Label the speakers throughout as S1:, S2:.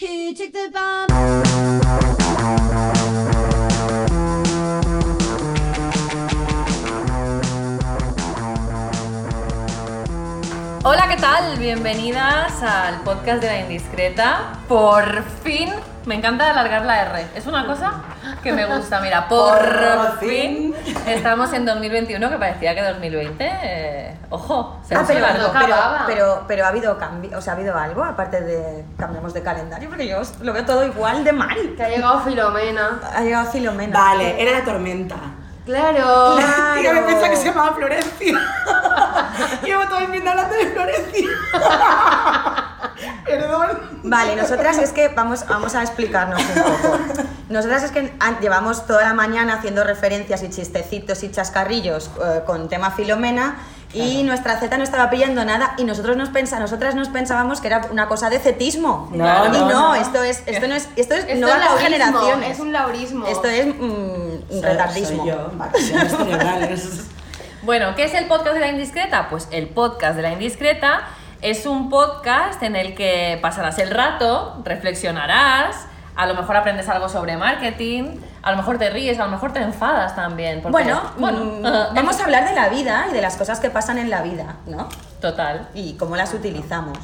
S1: Who took the bomb?
S2: Hola, ¿qué tal? Bienvenidas al podcast de La Indiscreta. Por fin, me encanta alargar la R. Es una cosa que me gusta. Mira, por,
S3: Por
S2: fin.
S3: fin.
S2: estamos en 2021, que parecía que 2020. eh, ojo, se
S3: Ah,
S2: nos
S3: pero,
S2: iba.
S3: pero, pero,
S4: acababa.
S3: pero, pero ha habido cambio, o sea, ha habido algo, aparte de cambiamos de calendario, porque yo os- lo veo todo igual de mal.
S4: Que ha llegado Filomena.
S3: Ha llegado Filomena.
S5: Vale, era la tormenta.
S4: Claro.
S3: Claro.
S5: Tío, me pensaba que se llamaba Florencia. Llevo todo el fin hablando de Florencia. Perdón.
S3: Vale, nosotras es que vamos, vamos a explicarnos un poco. Nosotras es que an- llevamos toda la mañana haciendo referencias y chistecitos y chascarrillos eh, con tema Filomena y nuestra Z no estaba pillando nada y nosotros nos pensa, nosotras nos pensábamos que era una cosa de cetismo.
S5: No, no,
S3: y no,
S5: no.
S3: esto es esto no es esto es
S4: Esto
S3: nuevas
S4: es laurismo,
S3: generaciones.
S4: Es un laurismo.
S3: Esto es mm, retardismo.
S5: Soy yo, vacaciones cerebrales.
S2: Bueno, ¿qué es el podcast de la indiscreta? Pues el podcast de la indiscreta es un podcast en el que pasarás el rato, reflexionarás, a lo mejor aprendes algo sobre marketing, a lo mejor te ríes, a lo mejor te enfadas también. porque-
S3: Bueno,
S2: bueno,
S3: mm,
S2: eh,
S3: vamos a hablar de la vida y de las cosas que pasan en la vida, ¿no?
S2: Total.
S3: Y cómo las utilizamos.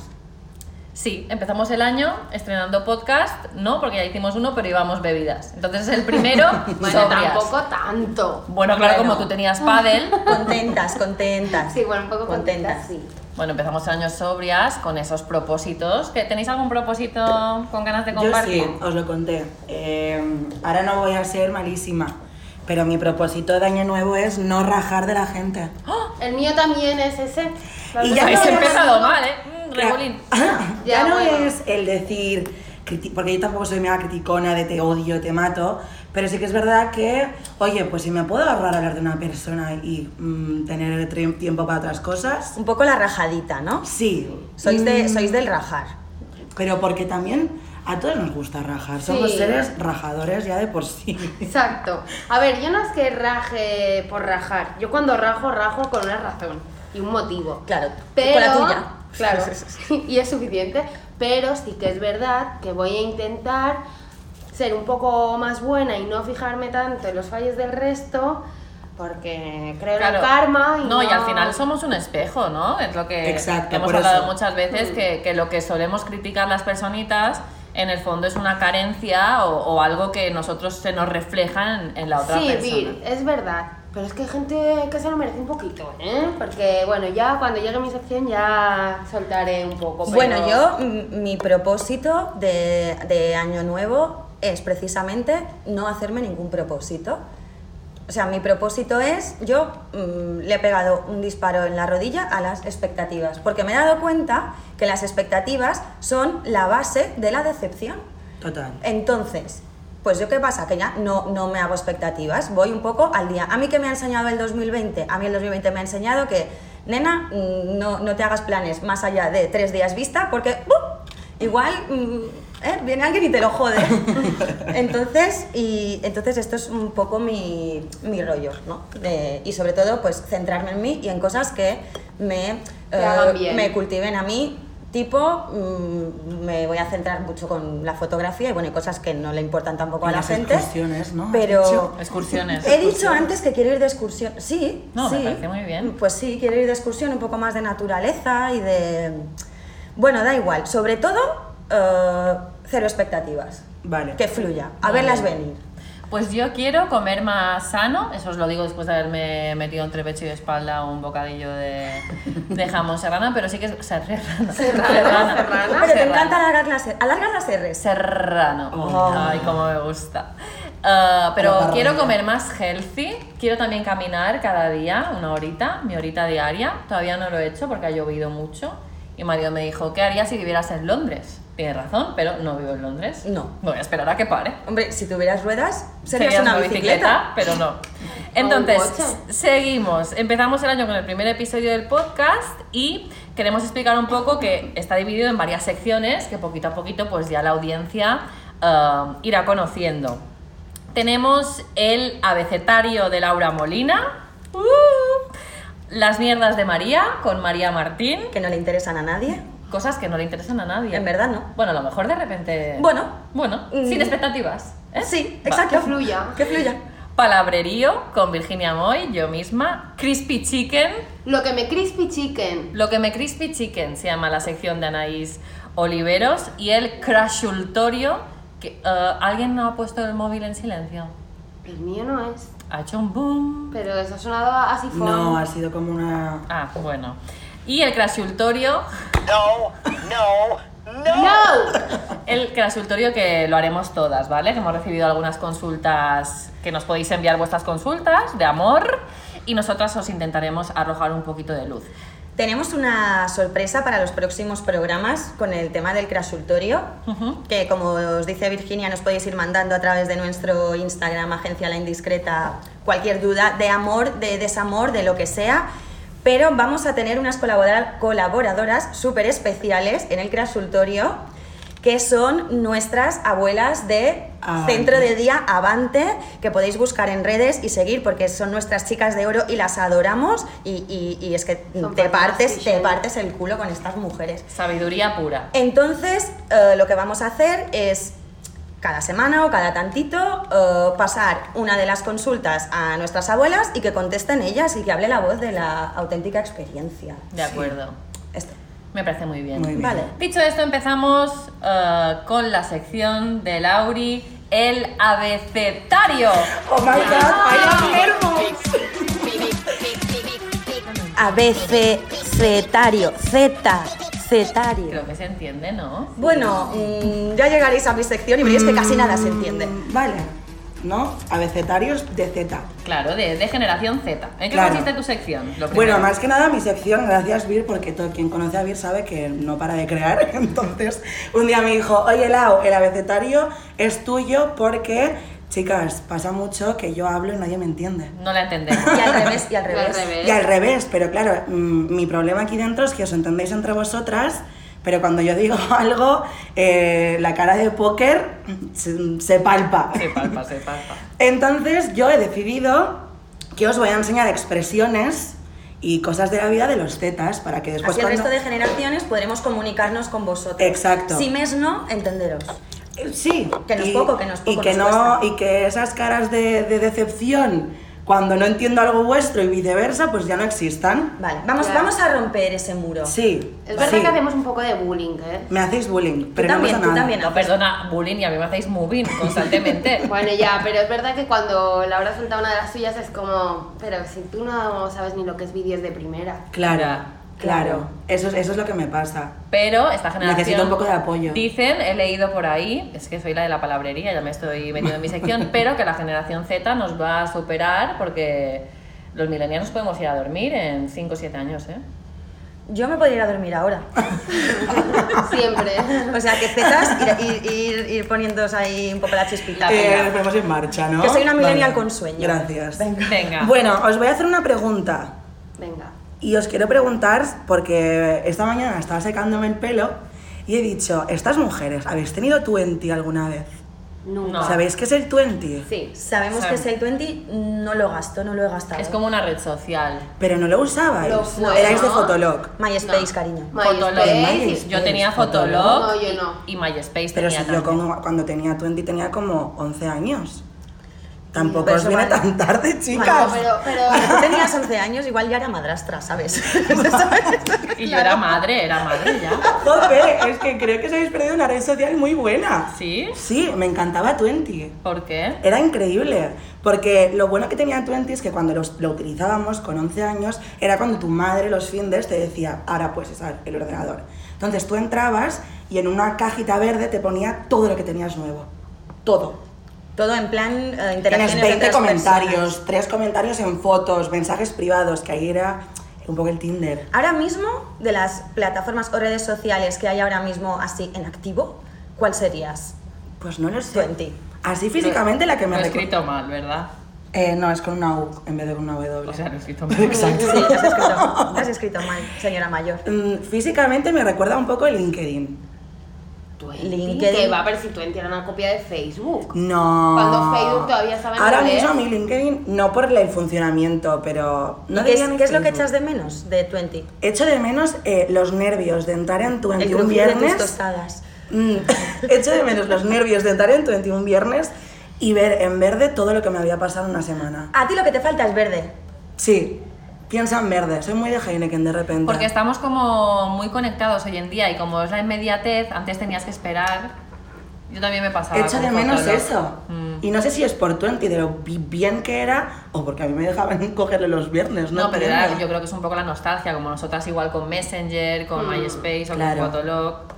S2: Sí, empezamos el año estrenando podcast, no, porque ya hicimos uno, pero íbamos bebidas. Entonces es el primero,
S4: Bueno,
S2: sobrias.
S4: tampoco tanto.
S2: Bueno, claro,
S3: Bueno.
S2: como tú tenías paddle,
S3: Contentas, contentas.
S4: Sí, bueno, un poco contenta, sí.
S2: Bueno, empezamos años sobrias con esos propósitos. ¿Que ¿Tenéis algún propósito con ganas de
S5: Yo
S2: compartir?
S5: sí, os lo conté. Eh, ahora no voy a ser malísima, pero mi propósito de año nuevo es no rajar de la gente.
S4: El mío también es ese. Claro
S5: Y
S4: que
S5: ya
S4: sí.
S2: Habéis
S5: no era-
S2: empezado mal, ¿eh? Mm, Rebolín.
S5: Ah, Ya,
S4: Ya,
S5: no
S4: bueno.
S5: es el decir, criti- porque yo tampoco soy mega criticona de te odio, te mato, pero sí que es verdad que, oye, pues si me puedo ahorrar hablar de una persona y mm, tener tri- tiempo para otras cosas,
S3: Un poco la rajadita, ¿no?
S5: sí.
S3: Sois, de,
S5: Mm,
S3: sois del rajar.
S5: Pero porque también a todos nos gusta rajar, somos
S4: Sí.
S5: seres rajadores ya de por sí.
S4: Exacto. A ver, yo no es que raje por rajar. Yo cuando rajo, rajo con una razón y un motivo.
S3: Claro,
S4: Pero,
S3: con la tuya.
S4: Claro, y es suficiente. Pero sí que es verdad que voy a intentar ser un poco más buena y no fijarme tanto en los fallos del resto, porque creo en el karma. Y
S2: no, y al final somos un espejo, ¿no? Es lo que
S5: Exacto,
S2: hemos
S5: por
S2: hablado
S5: eso.
S2: muchas veces,
S4: Mm.
S2: que, que lo que solemos criticar las personitas, en el fondo es una carencia o, o algo que nosotros se nos refleja en, en la otra
S4: Sí,
S2: persona.
S4: Vir, es verdad. Pero es que hay gente que se lo merece un poquito, ¿eh? Porque, bueno, ya cuando llegue mi sección ya soltaré un poco. pero-
S3: Bueno, yo, mm, mi propósito de, de año nuevo es precisamente no hacerme ningún propósito. O sea, mi propósito es, yo mm, le he pegado un disparo en la rodilla a las expectativas, porque me he dado cuenta que las expectativas son la base de la decepción.
S5: Total.
S3: Entonces, pues yo qué pasa, que ya no, no me hago expectativas, voy un poco al día. A mí que me ha enseñado el 2020, a mí el 2020 me ha enseñado que, nena, mm, no, no te hagas planes más allá de tres días vista, porque ¡uh! igual mm, ¿eh? viene alguien y te lo jode. entonces, y, entonces esto es un poco mi, mi rollo, ¿no? De- y sobre todo, pues centrarme en mí y en cosas que me, eh,
S4: Te hagan bien.
S3: me cultiven a mí, tipo, mm, me voy a centrar mucho con la fotografía y bueno, hay cosas que no le importan tampoco
S5: Y
S3: a la
S5: las
S3: gente.
S5: excursiones, ¿no? ¿Has
S3: Pero
S5: dicho?
S2: Excursiones.
S3: he dicho antes que quiero ir de excursión. Sí,
S2: No, me
S3: sí.
S2: parece muy bien.
S3: Pues sí, quiero ir de excursión, un poco más de naturaleza y de. Bueno, da igual. Sobre todo, eh, cero expectativas.
S5: Vale.
S3: Que fluya. A verlas venir.
S2: Pues yo quiero comer más sano, eso os lo digo después de haberme metido entre pecho y espalda un bocadillo de, de jamón serrana, pero sí que es serrana.
S4: Serrana, serrana.
S3: Pero te
S2: serrano.
S3: encanta alargar las, alargar las R's.
S2: Serrano.
S5: Oh.
S2: Ay, cómo me gusta. Ah,
S5: La
S2: pero
S5: parrilla.
S2: quiero comer más healthy, quiero también caminar cada día, una horita, mi horita diaria. Todavía no lo he hecho porque ha llovido mucho. Y mi marido me dijo, ¿qué harías si vivieras en Londres? Tiene razón, pero no vivo en Londres.
S3: No.
S2: Voy a esperar a que pare.
S3: Hombre, si tuvieras ruedas, serías,
S2: Sería
S3: una bicicleta.
S2: pero no. Entonces,
S4: coche.
S2: seguimos. Empezamos el año con el primer episodio del podcast y queremos explicar un poco que está dividido en varias secciones que poquito a poquito pues ya la audiencia ah, irá conociendo. Tenemos el abecetario de Laura Molina, ¡Uh! las mierdas de María con María Martín,
S3: Que no le interesan a nadie.
S2: cosas que no le interesan a nadie.
S3: En verdad no.
S2: Bueno, a lo mejor de repente.
S3: Bueno.
S2: Bueno,
S3: Mm.
S2: sin expectativas. ¿eh?
S3: Sí,
S2: Va.
S3: exacto.
S4: que fluya.
S3: Que fluya.
S2: Palabrerío con Virginia Moy, yo misma. Crispy Chicken.
S4: Lo que me crispy chicken.
S2: Lo que me crispy chicken se llama la sección de Anaís Oliveros y el crashultorio. Que, eh, ¿Alguien no ha puesto el móvil en silencio?
S4: El mío no es.
S2: Ha hecho un boom.
S4: Pero eso ha sonado así fuerte.
S5: No, ha sido como una.
S2: Ah, bueno. Y el crashultorio,
S1: No, no, no.
S4: ¡No!
S2: el crashultorio que lo haremos todas, ¿vale? Que hemos recibido algunas consultas, que nos podéis enviar vuestras consultas de amor y nosotras os intentaremos arrojar un poquito de luz.
S3: Tenemos una sorpresa para los próximos programas con el tema del crashultorio, que como os dice Virginia, nos podéis ir mandando a través de nuestro Instagram, Agencia La Indiscreta, cualquier duda de amor, de desamor, de lo que sea. Pero vamos a tener unas colabora- colaboradoras súper especiales en el crashultorio, que son nuestras abuelas de
S5: Avante.
S3: Centro de Día Avante, que podéis buscar en redes y seguir, porque son nuestras chicas de oro y las adoramos. Y, y- y es que
S4: Son
S3: te partes,
S4: fantásticas.
S3: te partes el culo con estas mujeres.
S2: Sabiduría pura.
S3: Entonces, eh, lo que vamos a hacer es cada semana o cada tantito eh, pasar una de las consultas a nuestras abuelas y que contesten ellas y que hable la voz de la auténtica experiencia.
S2: De acuerdo.
S3: Esto.
S2: Me parece muy bien.
S5: Muy bien.
S3: Vale.
S2: Dicho esto, empezamos eh, con la sección de Lauri, el abecetario.
S5: Oh my god,
S3: Ah.
S5: I am nervous.
S3: ABCetario, Z, cetario.
S2: Creo que se entiende, ¿no?
S3: Bueno, mm, ya llegaréis a mi sección y veréis que casi nada se entiende.
S5: Mm, Vale. ¿No? Abecetarios de Z.
S2: Claro, de, de generación Z. ¿En qué
S5: Claro.
S2: consiste tu sección? Lo primero.
S5: Bueno, más que nada mi sección, gracias Vir, porque todo quien conoce a Vir sabe que no para de crear. Entonces, un día me dijo, oye Lau, el abecetario es tuyo porque, chicas, pasa mucho que yo hablo y nadie me entiende.
S2: No la entendemos.
S3: Y al revés, y al
S4: Al
S3: revés.
S4: revés.
S5: Y al revés, pero claro, mm, mi problema aquí dentro es que os entendéis entre vosotras, pero cuando yo digo algo, eh, la cara de póker se, se palpa.
S2: Se palpa, se palpa.
S5: Entonces yo he decidido que os voy a enseñar expresiones y cosas de la vida de los tetas para que después
S3: Así el
S5: Pues cuando-
S3: resto de generaciones podremos comunicarnos con vosotros.
S5: Exacto.
S3: Si mes no, entenderos.
S5: Eh, Sí.
S3: Que no es poco, que no es
S5: y
S3: poco,
S5: que
S3: nos
S5: no
S3: cuesta.
S5: Y que esas caras de, de decepción cuando no entiendo algo vuestro y viceversa, pues ya no existan.
S3: Vale, vamos,
S4: Claro.
S3: vamos a romper ese muro.
S5: Sí.
S4: Es verdad
S5: sí.
S4: que hacemos un poco de bullying, ¿eh?
S5: Me hacéis bullying, pero
S3: también,
S5: no
S3: tú
S5: pasa nada.
S3: también.
S2: No, perdona, bullying y a mí me hacéis moving constantemente.
S4: Bueno, ya, pero es verdad que cuando Laura suelta una de las suyas es como, pero si tú no sabes ni lo que es vídeos de primera.
S5: Claro,
S3: Claro.
S5: claro. Eso, es- eso es lo que me pasa.
S2: Pero esta generación.
S5: Necesito un poco de apoyo.
S2: Dicen, he leído por ahí, es que soy la de la palabrería, ya me estoy metiendo en mi sección, pero que la generación Z nos va a superar porque los millennials nos podemos ir a dormir en 5 o 7 años, ¿eh?
S3: Yo me podría ir a dormir ahora.
S4: Siempre.
S3: O sea, que cetas, ir, ir, ir- ir poniéndoos ahí un poco la chispita.
S5: Eh, nos ponemos en marcha, ¿no?
S3: Que soy una millennial
S5: Vale.
S3: con sueño.
S5: Gracias.
S2: Venga.
S5: Bueno, os voy a hacer una pregunta.
S4: Venga.
S5: Y os quiero preguntar, porque esta mañana estaba secándome el pelo y he dicho, estas mujeres, ¿habéis tenido 20 alguna vez?
S4: Nunca.
S2: No.
S5: ¿Sabéis qué es el 20?
S4: Sí.
S3: Sabemos
S2: Sam.
S3: que es el 20, no lo gasto, no lo he gastado.
S2: Es como una red social.
S5: Pero no lo usabais.
S4: Lo fue,
S5: Erais de
S4: ¿no?
S5: Fotolog.
S3: MySpace,
S4: No.
S3: cariño.
S2: Fotolog.
S5: MySpace,
S2: Yo tenía Fotolog
S4: No, yo
S2: y-
S4: no.
S2: y, MySpace
S5: Pero si
S2: tenía
S5: yo
S2: también.
S5: como- cuando tenía 20 tenía como 11 años. Tampoco
S3: Pero
S5: os
S3: eso
S5: viene
S3: vale.
S5: tan tarde,
S4: No,
S5: chicas.
S4: pues pero,
S3: Cuando tú
S4: pero
S3: tenías 11 años, igual ya era madrastra, ¿sabes?
S2: Y yo era madre, era madre ya.
S5: Jope, es que creo que os habéis perdido una red social muy buena.
S2: ¿Sí?
S5: Sí, me encantaba 20.
S2: ¿Por qué?
S5: Era increíble, porque lo bueno que tenía 20 es que cuando los- lo utilizábamos con 11 años, era cuando tu madre los findes te decía, ahora puedes usar el ordenador. Entonces tú entrabas y en una cajita verde te ponía todo lo que tenías nuevo. Todo.
S3: Todo en plan eh, interacciones
S5: Tienes
S3: de
S5: 20
S3: otras personas.
S5: comentarios, 3 comentarios en fotos, mensajes privados, que ahí era un poco el Tinder.
S3: Ahora mismo, de las plataformas o redes sociales que hay ahora mismo así en activo, ¿cuál serías?
S5: Pues no lo sé.
S3: 20.
S5: Así físicamente la que
S2: Lo
S5: me
S2: he
S5: recu-
S2: escrito mal, ¿verdad?
S5: Eh, no, es con una U en vez de con una W.
S2: O sea, lo he escrito mal.
S5: Exacto.
S3: Sí, has escrito, has escrito mal, señora mayor.
S5: Mm, Físicamente me recuerda un poco el LinkedIn.
S4: tú LinkedIn,
S3: LinkedIn.
S4: que va a ver si tú entieras una copia de Facebook.
S5: No.
S4: Cuando Facebook todavía estaba en
S5: Ahora
S4: inglés.
S5: mismo mi LinkedIn, no por el funcionamiento, pero.
S3: ¿Y
S5: No
S3: ¿Qué, es,
S5: diría ni
S3: qué es lo que
S5: Facebook.
S3: echas de menos de 20?
S5: Echo de menos eh, los nervios de entrar en tu
S3: El
S5: 21
S3: crujir de tus
S5: viernes.
S3: tostadas.
S5: Mm, Echo de menos los nervios de entrar en tu 21 viernes y ver en verde todo lo que me había pasado en una semana.
S3: A ti lo que te falta es verde.
S5: Sí, piensa en verde. Soy muy de Heineken de repente.
S2: Porque estamos como muy conectados hoy en día y como es la inmediatez, antes tenías que esperar. Yo también me pasaba.
S5: Echo
S2: con
S5: de menos
S2: Fotolog.
S5: eso.
S2: Mm.
S5: Y no sé si es por 20 de lo bi- bien que era o porque a mí me dejaban cogerle los viernes. No,
S2: No, pero era-
S5: Entiendo.
S2: yo creo que es un poco la nostalgia, como nosotras igual con Messenger, con MySpace o
S5: claro.
S2: con Fotolog.
S3: Mm,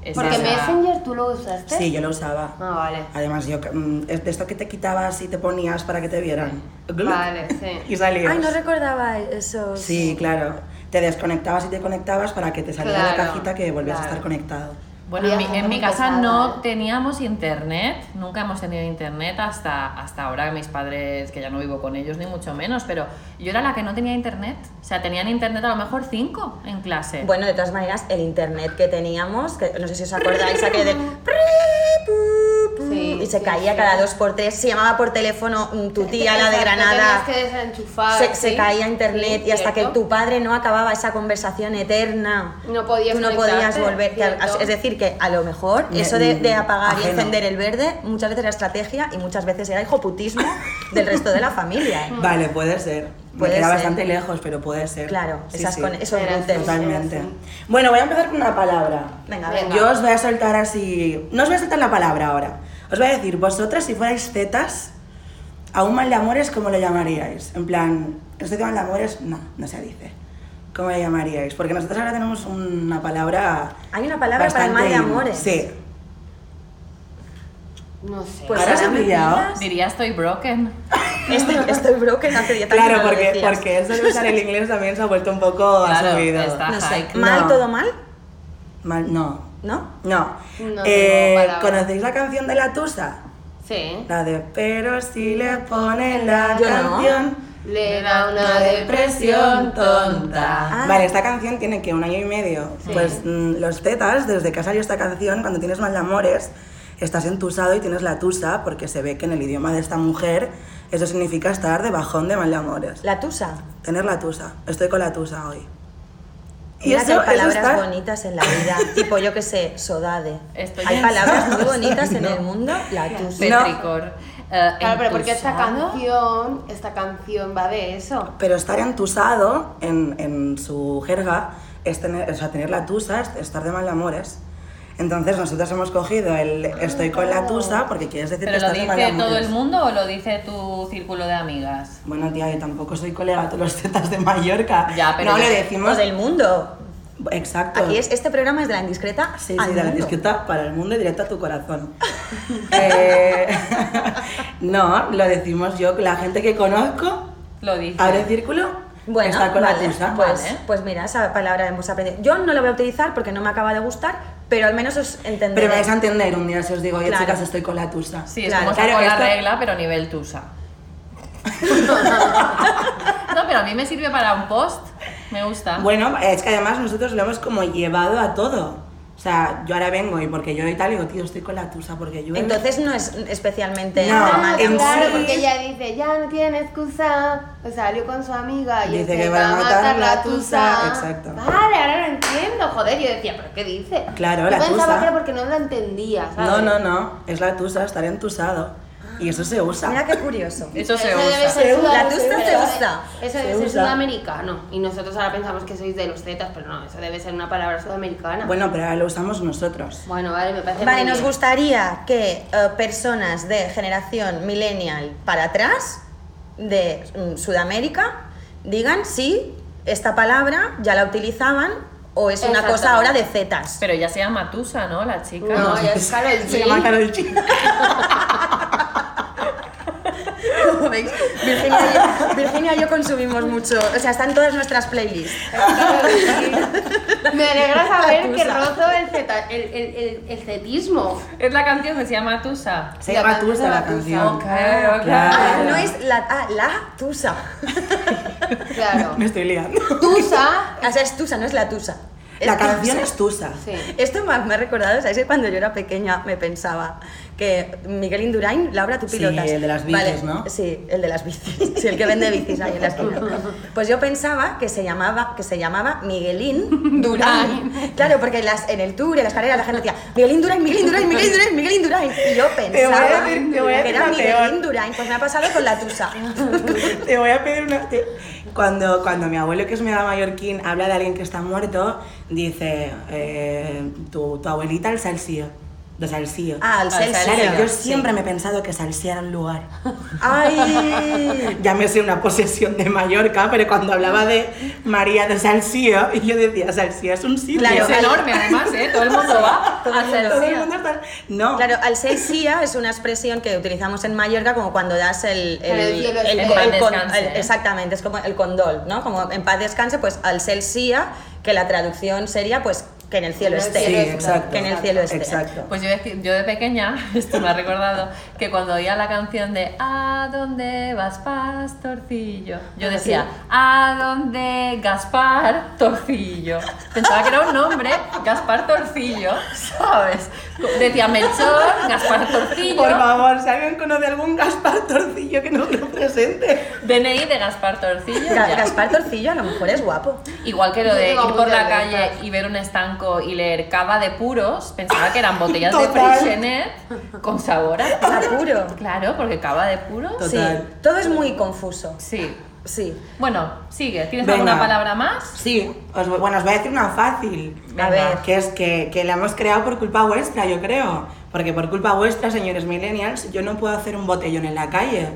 S2: Es
S4: Mm. Porque
S2: esa-
S4: Messenger tú lo usaste.
S5: Sí, yo lo usaba.
S4: Ah, vale.
S5: Además, yo, mm, es de esto que te quitabas y te ponías para que te vieran. Gluc.
S4: Vale, sí.
S5: Y salías.
S3: Ay, no recordaba eso.
S5: Sí, claro. Te desconectabas y te conectabas para que te saliera la
S4: Claro,
S5: cajita que volvías a
S4: claro.
S5: estar conectado.
S2: Bueno, en mi,
S4: Viajando
S2: en mi
S4: muy
S2: casa
S4: pesada,
S2: no
S4: ¿eh?
S2: teníamos internet, nunca hemos tenido internet hasta, hasta ahora mis padres, que ya no vivo con ellos ni mucho menos, pero yo era la que no tenía internet. O sea, tenían internet a lo mejor cinco en clase.
S3: Bueno, de todas maneras, el internet que teníamos, que no sé si os acordáis, aquel de...
S4: Sí,
S3: y se
S4: sí,
S3: caía
S4: sí.
S3: cada dos por tres, se llamaba por teléfono mm, tu tía, la de
S4: Exacto,
S3: Granada.
S4: tenías que desenchufar.
S3: Se, se
S4: Ah, sí.
S3: caía internet
S4: Sí,
S3: y hasta que
S4: cierto.
S3: tu padre no acababa esa conversación eterna.
S4: No podías
S3: Tú no podías
S4: conectarte,
S3: volver. que a-
S4: cierto.
S3: Es decir, que a lo mejor
S5: Me-
S3: eso de, de
S5: mm,
S3: apagar y
S5: ajeno.
S3: encender el verde muchas veces era estrategia y muchas veces era hijoputismo del resto de la familia.
S4: Mm.
S3: ¿eh?
S5: Vale, puede ser.
S3: Puede
S5: Me queda
S3: ser.
S5: bastante lejos, pero puede ser.
S3: Claro,
S5: Sí,
S3: esas
S5: sí.
S3: con, esos
S4: Era
S3: routers.
S4: total.
S5: Totalmente.
S4: Sí.
S5: Bueno, voy a empezar con una palabra.
S3: Venga,
S4: Venga.
S3: venga.
S5: Yo os voy a soltar así. No os voy a soltar la palabra ahora. Os voy a decir, vosotras, si fuerais zetas, a un mal de amores, ¿cómo lo llamaríais? En plan, estoy de mal de amores, no, no se dice. ¿Cómo lo llamaríais? Porque nosotros ahora tenemos una palabra.
S3: Hay una palabra para el mal de
S5: bastante-
S3: amores.
S5: Sí.
S4: No sé.
S3: Pues
S5: ahora se ha
S3: me
S5: pillado.
S3: pillas.
S2: Diría estoy broken.
S3: Estoy, estoy broken hace 10 años.
S5: Claro,
S3: no lo
S5: porque,
S3: decías.
S5: porque eso de usar el inglés también se ha vuelto un poco
S2: Claro,
S5: asumido.
S2: está.
S3: No sé,
S2: Ajá.
S3: mal,
S5: No.
S3: todo mal,
S5: Mal, no.
S3: ¿no?
S5: No.
S4: tengo
S5: Eh,
S4: palabra.
S5: ¿Conocéis la canción de la Tusa?
S4: Sí.
S5: La de Pero si le ponen la
S3: Yo no.
S5: canción.
S4: Le da una depresión tonta.
S3: Ah.
S5: Vale, esta canción tiene que un año y medio. Pues mm, los tetas, desde que ha salido esta canción, cuando tienes mal de amores, estás entusado y tienes la tusa, porque se ve que en el idioma de esta mujer eso significa estar de bajón de mal de amores.
S3: La tusa.
S5: Tener la tusa. Estoy con la tusa hoy.
S3: Mira que hay palabras bonitas en la vida, tipo yo que sé, sodade.
S2: Estoy
S3: hay
S2: en-
S3: palabras muy bonitas en
S5: No.
S3: el mundo, la tusa.
S5: No.
S2: Petricor. eh,
S4: Claro, pero porque esta
S2: entusado.
S4: canción, esta canción va de eso.
S5: Pero estar entusado, en, en su jerga, es tener, o sea, tener la tusa, es estar de mal de amores. Entonces nosotros hemos cogido el estoy con la tusa porque quieres decir
S2: Oh. ¿Pero
S5: que
S2: lo
S5: estás de mal de
S2: dice
S5: amores.
S2: todo el mundo o lo dice tu círculo de amigas?
S5: Bueno, tía, yo tampoco soy colega de todos los tetas de Mallorca.
S2: Ya, pero
S5: No
S2: yo-
S5: le
S3: O
S5: decimos...
S3: del mundo.
S5: Exacto.
S3: Aquí es, este programa es de la indiscreta.
S5: Sí,
S3: al
S5: sí, de la
S3: mundo.
S5: discreta para el mundo y directo a tu corazón. Eh, no, lo decimos yo, la gente que conozco,
S2: Lo dice.
S5: abre círculo,
S3: Bueno,
S5: está con
S3: vale,
S5: la tusa.
S3: Pues,
S2: Vale.
S3: pues mira, esa palabra hemos aprendido. Yo no la voy a utilizar porque no me acaba de gustar, pero al menos os entenderé.
S5: Pero me vais a entender un día si os digo, oye
S3: Claro.
S5: chicas, estoy con la tusa.
S2: Sí, es
S3: Claro,
S2: como
S5: claro,
S2: con la
S5: esto-
S2: regla, pero a nivel tusa. no, pero a mí me sirve para un post. Me gusta.
S5: Bueno, es que además nosotros lo hemos como llevado a todo. O sea, yo ahora vengo y porque yo y tal, digo, tío, estoy con la tusa porque yo...
S3: Entonces no es especialmente
S5: No,
S4: Ah,
S3: normal.
S5: en
S4: claro,
S5: sí-
S4: porque ella dice, ya no tiene excusa. O salió con su amiga y
S5: Dice
S4: este,
S5: que van a
S4: va
S5: matar la tusa. Exacto.
S4: Vale, ahora lo entiendo, joder. Yo decía, ¿pero qué dice?
S5: Claro,
S4: yo
S5: la
S4: pensaba
S5: tusa.
S4: que era porque no lo entendía, ¿sabes?
S5: No, no, no, es la tusa, estar entusado. Y eso se usa.
S3: Mira qué curioso.
S2: Eso se
S4: Eso debe
S2: usa.
S4: ser
S5: Se usa,
S4: sudam-
S3: la tusa
S4: pero
S3: se
S4: debe-
S3: usa.
S4: Eso
S5: Se
S4: debe ser
S5: usa.
S4: sudamericano. Y nosotros ahora pensamos que sois de los zetas, pero no, eso debe ser una palabra sudamericana.
S5: Bueno, pero ahora lo usamos nosotros.
S4: Bueno, vale, me parece
S3: Vale,
S4: muy
S3: nos
S4: bien.
S3: gustaría que eh, personas de generación millennial para atrás, de mm, Sudamérica, digan si esta palabra ya la utilizaban o es una cosa ahora de zetas.
S2: Pero ya se llama tusa, ¿no? La chica.
S4: No, ya es Karol
S5: Se
S4: G.
S5: llama Karol G.
S3: Como veis, Virginia y, yo, Virginia y yo consumimos mucho, o sea, están todas nuestras playlists.
S4: Me alegra saber que
S3: tusa.
S4: rozo el, zeta- el, el, el, el cetismo.
S2: Es la canción que se llama tusa.
S5: Se
S4: La
S5: llama
S4: canción
S5: tusa la
S4: tusa.
S5: canción.
S2: Ok, ok.
S3: Ah,
S5: Claro.
S3: no es la, ah, la tusa.
S4: Claro.
S5: Me estoy liando.
S4: Tusa.
S3: O sea, es tusa, no es la tusa.
S5: La
S3: Es que-
S5: canción es Tusa.
S4: Sí.
S3: Esto me ha, me ha recordado, ¿sabéis? que Cuando yo era pequeña me pensaba que Miguel Indurain, Laura, tú
S5: Sí,
S3: pilotas.
S5: el de las bicis, ¿no?
S3: Sí, el de las bicis. Sí, el que vende bicis ahí en la esquina. Pues yo pensaba que se llamaba, que se llamaba Miguelín
S4: Durain.
S3: Claro, porque en, las, en el tour, en las carreras, la gente decía Miguelín Durain, Miguelín Durain, Miguelín Durain, Miguelín Durain. Y yo
S5: Te voy a
S3: pensaba
S5: decir- te voy a
S3: que
S5: decir
S3: era
S5: la
S3: Miguelín
S5: peor.
S3: Durain. Pues me ha pasado con la Tusa.
S5: Te voy a pedir una. te- Cuando, cuando mi abuelo, que es mi mallorquín, habla de alguien que está muerto, dice: eh, tu, tu abuelita, el salsillo. De salsillo.
S3: Ah, el
S2: Ah, el
S3: Celsius.
S5: Claro,
S2: Salsío,
S5: yo siempre me he pensado que salsía era un lugar.
S3: ¡Ay!
S5: Llámese una posesión de Mallorca, pero cuando hablaba de María de Salsío, yo decía, Salsío es un sitio.
S3: Claro,
S2: es enorme además, ¿eh? Todo el mundo va
S3: Todo el
S2: a
S3: mundo.
S2: hacer
S5: Todo el mundo está- No,
S3: Claro, alseixia es una expresión que utilizamos en Mallorca como cuando das el...
S4: Claro, el cielo es
S2: en paz
S3: con-
S2: descanse,
S3: el-
S2: ¿eh?
S3: Exactamente, es como el condol, ¿no? Como en paz descanse, pues alseixia, que la traducción sería pues que en el cielo
S4: Que en el
S3: esté.
S5: sí,
S4: cielo es-
S5: exacto.
S3: Que en el cielo esté.
S5: Exacto.
S2: Pues yo, deci- yo de pequeña, esto me ha recordado, que cuando oía la canción de ¿A dónde vas, pastorcillo? Yo
S3: Ah,
S2: decía
S3: sí.
S2: ¿A dónde Gaspar Torcillo? Pensaba que era un nombre, Gaspar Torcillo, ¿sabes? Decía Melchor, Gaspar Torcillo,
S5: Por favor, si alguien conoce algún Gaspar Torcillo que nos lo presente.
S2: DNI de Gaspar Torcillo.
S3: Ga-
S2: ya.
S3: Gaspar Torcillo a lo mejor es guapo.
S2: Igual que lo de
S4: Yo
S2: ir
S4: tengo
S2: por la
S4: muchas
S2: calle
S4: letras.
S2: y ver un estanco y leer cava de puros, pensaba que eran botellas de
S5: Total.
S2: Freixenet con sabor a
S3: Es apuro.
S2: Claro, porque cava de puros.
S5: Total.
S3: Sí, todo es muy confuso.
S2: Sí.
S3: Sí.
S2: Bueno, sigue. ¿Tienes
S5: Venga.
S2: alguna palabra más?
S5: Sí, os voy- bueno, os voy a decir una fácil.
S3: A ver.
S5: Que es que, que la hemos creado por culpa vuestra, yo creo. Porque por culpa vuestra, señores millennials, yo no puedo hacer un botellón en la calle.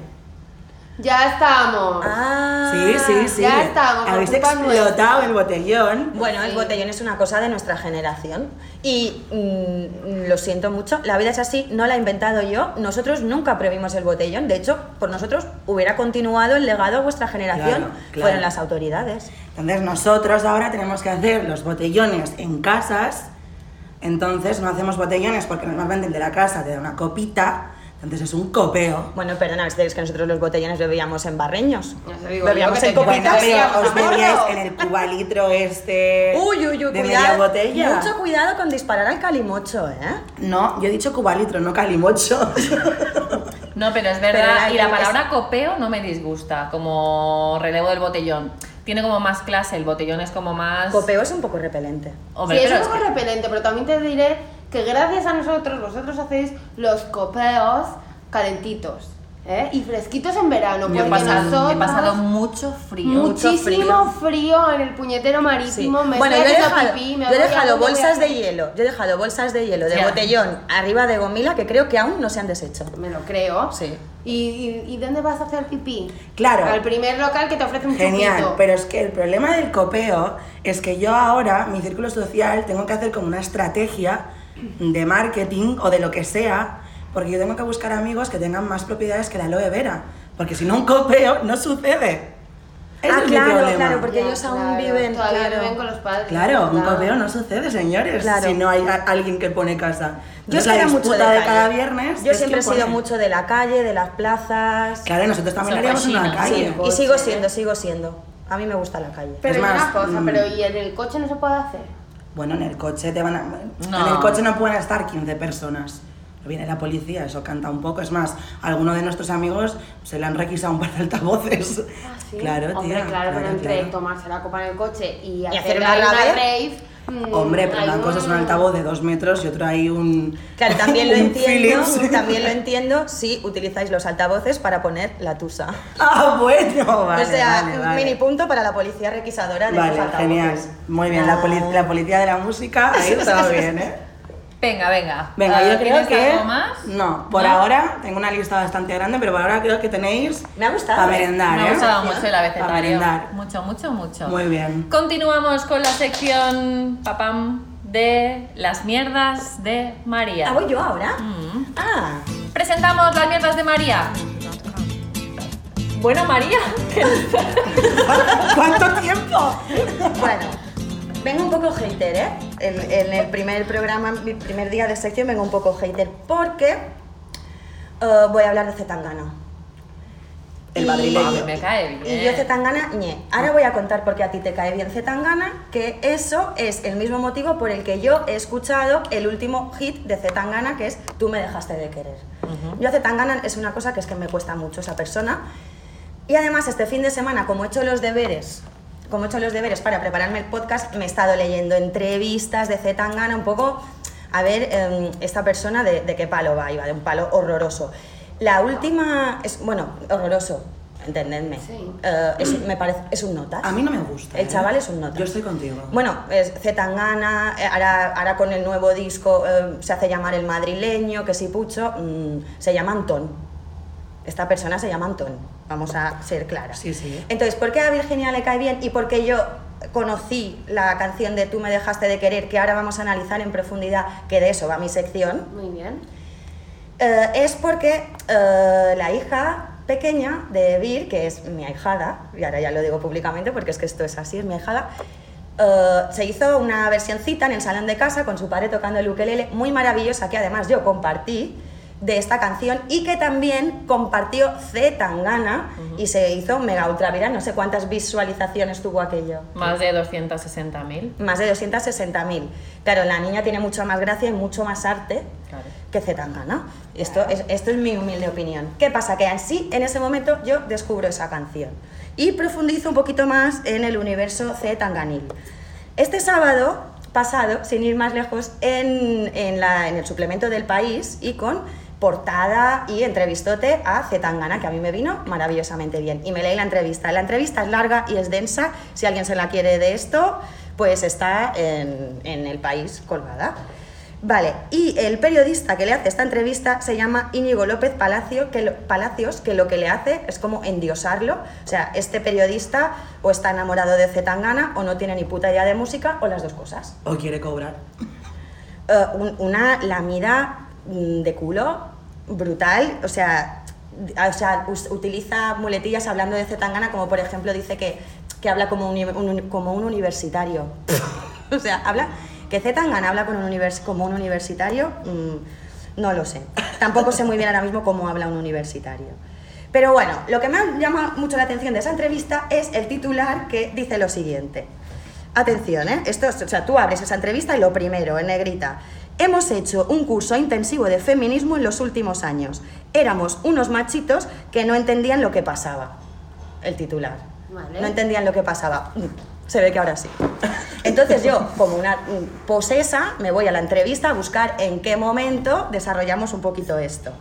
S4: Ya estamos.
S3: Ah.
S5: sí, sí, sí.
S4: ya estamos, por
S5: Habéis
S4: culpa
S5: explotado
S4: nuestra.
S5: el botellón.
S3: Bueno, el
S4: Sí.
S3: botellón es una cosa de nuestra generación y mm, lo siento mucho, la vida es así, no la he inventado yo, nosotros nunca prohibimos el botellón, de hecho, por nosotros hubiera continuado el legado de vuestra generación,
S5: Claro, claro.
S3: fueron las autoridades.
S5: Entonces nosotros ahora tenemos que hacer los botellones en casas. Entonces no hacemos botellones porque normalmente el de la casa te da una copita. Entonces es un copeo.
S3: Bueno, perdona, es que nosotros los botellones bebíamos en barreños.
S4: Ya te digo,
S3: bebíamos
S4: yo
S3: en
S4: que te-
S5: Bueno,
S3: copitas.
S5: pero os
S4: Copita.
S5: veníais en el cubalitro este
S3: Uy, uy, uy,
S5: de media
S3: cuidado.
S5: botella.
S3: Mucho cuidado con disparar al calimocho, ¿eh?
S5: No, yo he dicho cubalitro, no calimocho.
S2: No, pero es verdad.
S3: Pero la-
S2: y la
S3: es-
S2: palabra copeo no me disgusta, como relevo del botellón. Tiene como más clase, el botellón es como más.
S3: Copeo es un poco repelente.
S2: Hombre,
S4: sí, es
S2: pero
S4: un
S2: es
S4: poco
S2: que-
S4: repelente, pero también te diré que gracias a nosotros, vosotros hacéis los copeos calentitos ¿eh? y fresquitos en verano.
S2: yo he
S4: porque
S2: pasado, he
S4: nosotros-
S2: pasado mucho frío.
S4: Muchísimo frío. en el puñetero
S3: Sí.
S4: marítimo. Me
S3: Bueno, yo
S4: estoy
S3: he
S4: haciendo
S3: dejado,
S4: pipí, me
S3: yo he
S4: voy a-
S3: dejado
S4: ¿dónde voy a
S3: bolsas de
S4: hacer?
S3: hielo, yo he dejado bolsas de hielo, de
S2: Ya.
S3: botellón, arriba de gomila, que creo que aún no se han deshecho.
S4: Me lo creo.
S3: Sí.
S4: ¿Y, y, y dónde vas a hacer pipí?
S5: Claro.
S4: Al primer local que te ofrece un
S5: Genial,
S4: chupito.
S5: pero es que el problema del copeo es que yo ahora, mi círculo social, tengo que hacer como una estrategia de marketing o de lo que sea, porque yo tengo que buscar amigos que tengan más propiedades que la aloe vera, porque si no un copeo no sucede. Ese
S3: Ah,
S5: es mi
S3: claro,
S5: problema.
S3: claro, porque- ellos aún viven,
S4: Todavía
S3: claro.
S4: viven con los padres.
S5: Claro, un
S4: ¿verdad?
S5: copeo no sucede, señores,
S3: Claro.
S5: si no hay a- alguien que pone casa.
S3: Yo
S5: Entonces,
S3: es que era mucho
S5: disputa
S3: de
S5: de cada
S3: calle.
S5: viernes.
S3: Yo
S5: es
S3: siempre he
S5: quién
S3: sido
S5: pone.
S3: mucho de la calle, de las plazas.
S5: Claro, nosotros también
S2: Son
S5: haríamos una
S2: cochinos, sí.
S5: calle.
S3: Y
S4: coche.
S3: sigo siendo, sigo siendo. A mí me gusta la calle.
S4: Pero
S5: Es
S4: hay
S5: más,
S4: una cosa,
S5: mm.
S4: pero ¿y en el coche no se puede hacer?
S5: Bueno, en el coche te van a...
S2: No.
S5: En el coche no pueden estar 15 personas. Viene la policía, eso canta un poco. Es más, a alguno de nuestros amigos se le han requisado un par de altavoces.
S4: Ah, sí.
S5: Claro, tía.
S4: Hombre, claro, pero entre
S5: claro.
S4: tomarse la copa en el coche y, hacer,
S3: hacer una
S4: ahí una
S3: rave.
S4: rave. mm,
S5: Hombre, pero
S4: hay
S5: una cosa es un altavoz de dos metros y otro hay un...
S3: Claro, también lo
S5: un
S3: entiendo,
S5: Philips.
S3: también lo entiendo si utilizáis los altavoces para poner la tusa.
S5: Ah, bueno, vale,
S3: o sea,
S5: vale,
S3: un
S5: vale.
S3: mini punto para la policía requisadora de
S5: Vale,
S3: los altavoces.
S5: genial. Muy bien, la, poli- la policía de la música, ahí está bien, ¿eh?
S2: Venga, venga.
S5: Venga,
S2: Ah,
S5: yo creo
S2: ¿tienes
S5: que...
S2: algo más?
S5: No, por
S2: ¿No?
S5: ahora tengo una lista bastante grande, pero por ahora creo que tenéis...
S3: Me ha gustado,
S5: Para
S3: ¿eh?
S5: merendar,
S2: Me ha
S5: ¿eh?
S2: gustado mucho el
S5: Para
S2: abecedario.
S5: merendar.
S2: Mucho, mucho, mucho.
S5: Muy bien.
S2: Continuamos con la sección papam de las mierdas de María.
S3: Ah, voy yo ahora.
S4: Mm.
S3: Ah,
S2: Presentamos las mierdas de María. Bueno, María,
S5: ¿Cuánto tiempo?
S3: bueno. Vengo un poco hater, ¿eh? En, en el primer programa, mi primer día de sección, vengo un poco hater porque eh, voy a hablar de Zetangana.
S5: el
S3: Y-
S5: madrileño.
S2: Me cae bien.
S3: Y yo Zetangana, ñe. Ahora voy a contar por qué a ti te cae bien Zetangana, que eso es el mismo motivo por el que yo he escuchado el último hit de Zetangana, que es Tú me dejaste de querer. Yo a Zetangana es una cosa que es que me cuesta mucho esa persona. Y además este fin de semana, como he hecho los deberes, como he hecho los deberes para prepararme el podcast, me he estado leyendo entrevistas de Zetangana un poco a ver em, esta persona de, de qué palo va, iba de un palo horroroso. La última es bueno, horroroso, entendedme.
S4: Sí.
S3: Eh, es, me parece es un notas.
S5: A mí no me gusta.
S3: El
S5: ¿eh?
S3: chaval es un nota.
S5: Yo estoy contigo.
S3: Bueno, es Zetangana, eh, ahora, ahora con el nuevo disco eh, se hace llamar el madrileño, que si pucho, mm, se llama Antón. Esta persona se llama Antón, vamos a ser claras.
S5: Sí, sí.
S3: Entonces, ¿por qué a Virginia le cae bien y por qué yo conocí la canción de Tú me dejaste de querer, que ahora vamos a analizar en profundidad, que de eso va mi sección?
S4: Muy bien.
S3: Eh, es porque eh, la hija pequeña de Vir, que es mi ahijada, y ahora ya lo digo públicamente porque es que esto es así, es mi ahijada, eh, se hizo una versioncita en el salón de casa con su padre tocando el ukelele, muy maravillosa, que además yo compartí de esta canción y que también compartió Z Tangana y se hizo mega ultra viral, no sé cuántas visualizaciones tuvo aquello.
S2: Más de 260.000.
S3: Más de 260.000. Claro, la niña tiene mucho más gracia y mucho más arte
S2: Claro.
S3: que Zetangana. Esto es, esto es mi humilde opinión. ¿Qué pasa? Que en sí, en ese momento, yo descubro esa canción. Y profundizo un poquito más en el universo Zetanganil. Este sábado pasado, sin ir más lejos, en, en la- en el suplemento del país y con portada y entrevistote a Zetangana, que a mí me vino maravillosamente bien. Y me leí la entrevista. La entrevista es larga y es densa. Si alguien se la quiere de esto, pues está en, en el país colgada. Vale, y el periodista que le hace esta entrevista se llama Íñigo López Palacio, que lo- Palacios, que lo que le hace es como endiosarlo. O sea, este periodista o está enamorado de Zetangana o no tiene ni puta idea de música o las dos cosas.
S5: O quiere cobrar.
S3: Eh, un- una lamida mm, de culo brutal, o sea, d- o sea us- utiliza muletillas hablando de Zetangana, como por ejemplo dice que, que habla como un, uni- un uni- como un universitario. o sea, habla que Zetangana habla con un univers- como un universitario, mm, no lo sé. Tampoco sé muy bien ahora mismo cómo habla un universitario. Pero bueno, lo que me ha llamado mucho la atención de esa entrevista es el titular que dice lo siguiente. Atención, ¿eh? Esto, es- o sea, tú abres esa entrevista y lo primero, en negrita. Hemos hecho un curso intensivo de feminismo en los últimos años. Éramos unos machitos que no entendían lo que pasaba. El titular.
S4: Vale.
S3: No entendían lo que pasaba. Se ve que ahora sí. Entonces yo, como una mm, posesa, me voy a la entrevista a buscar en qué momento desarrollamos un poquito esto.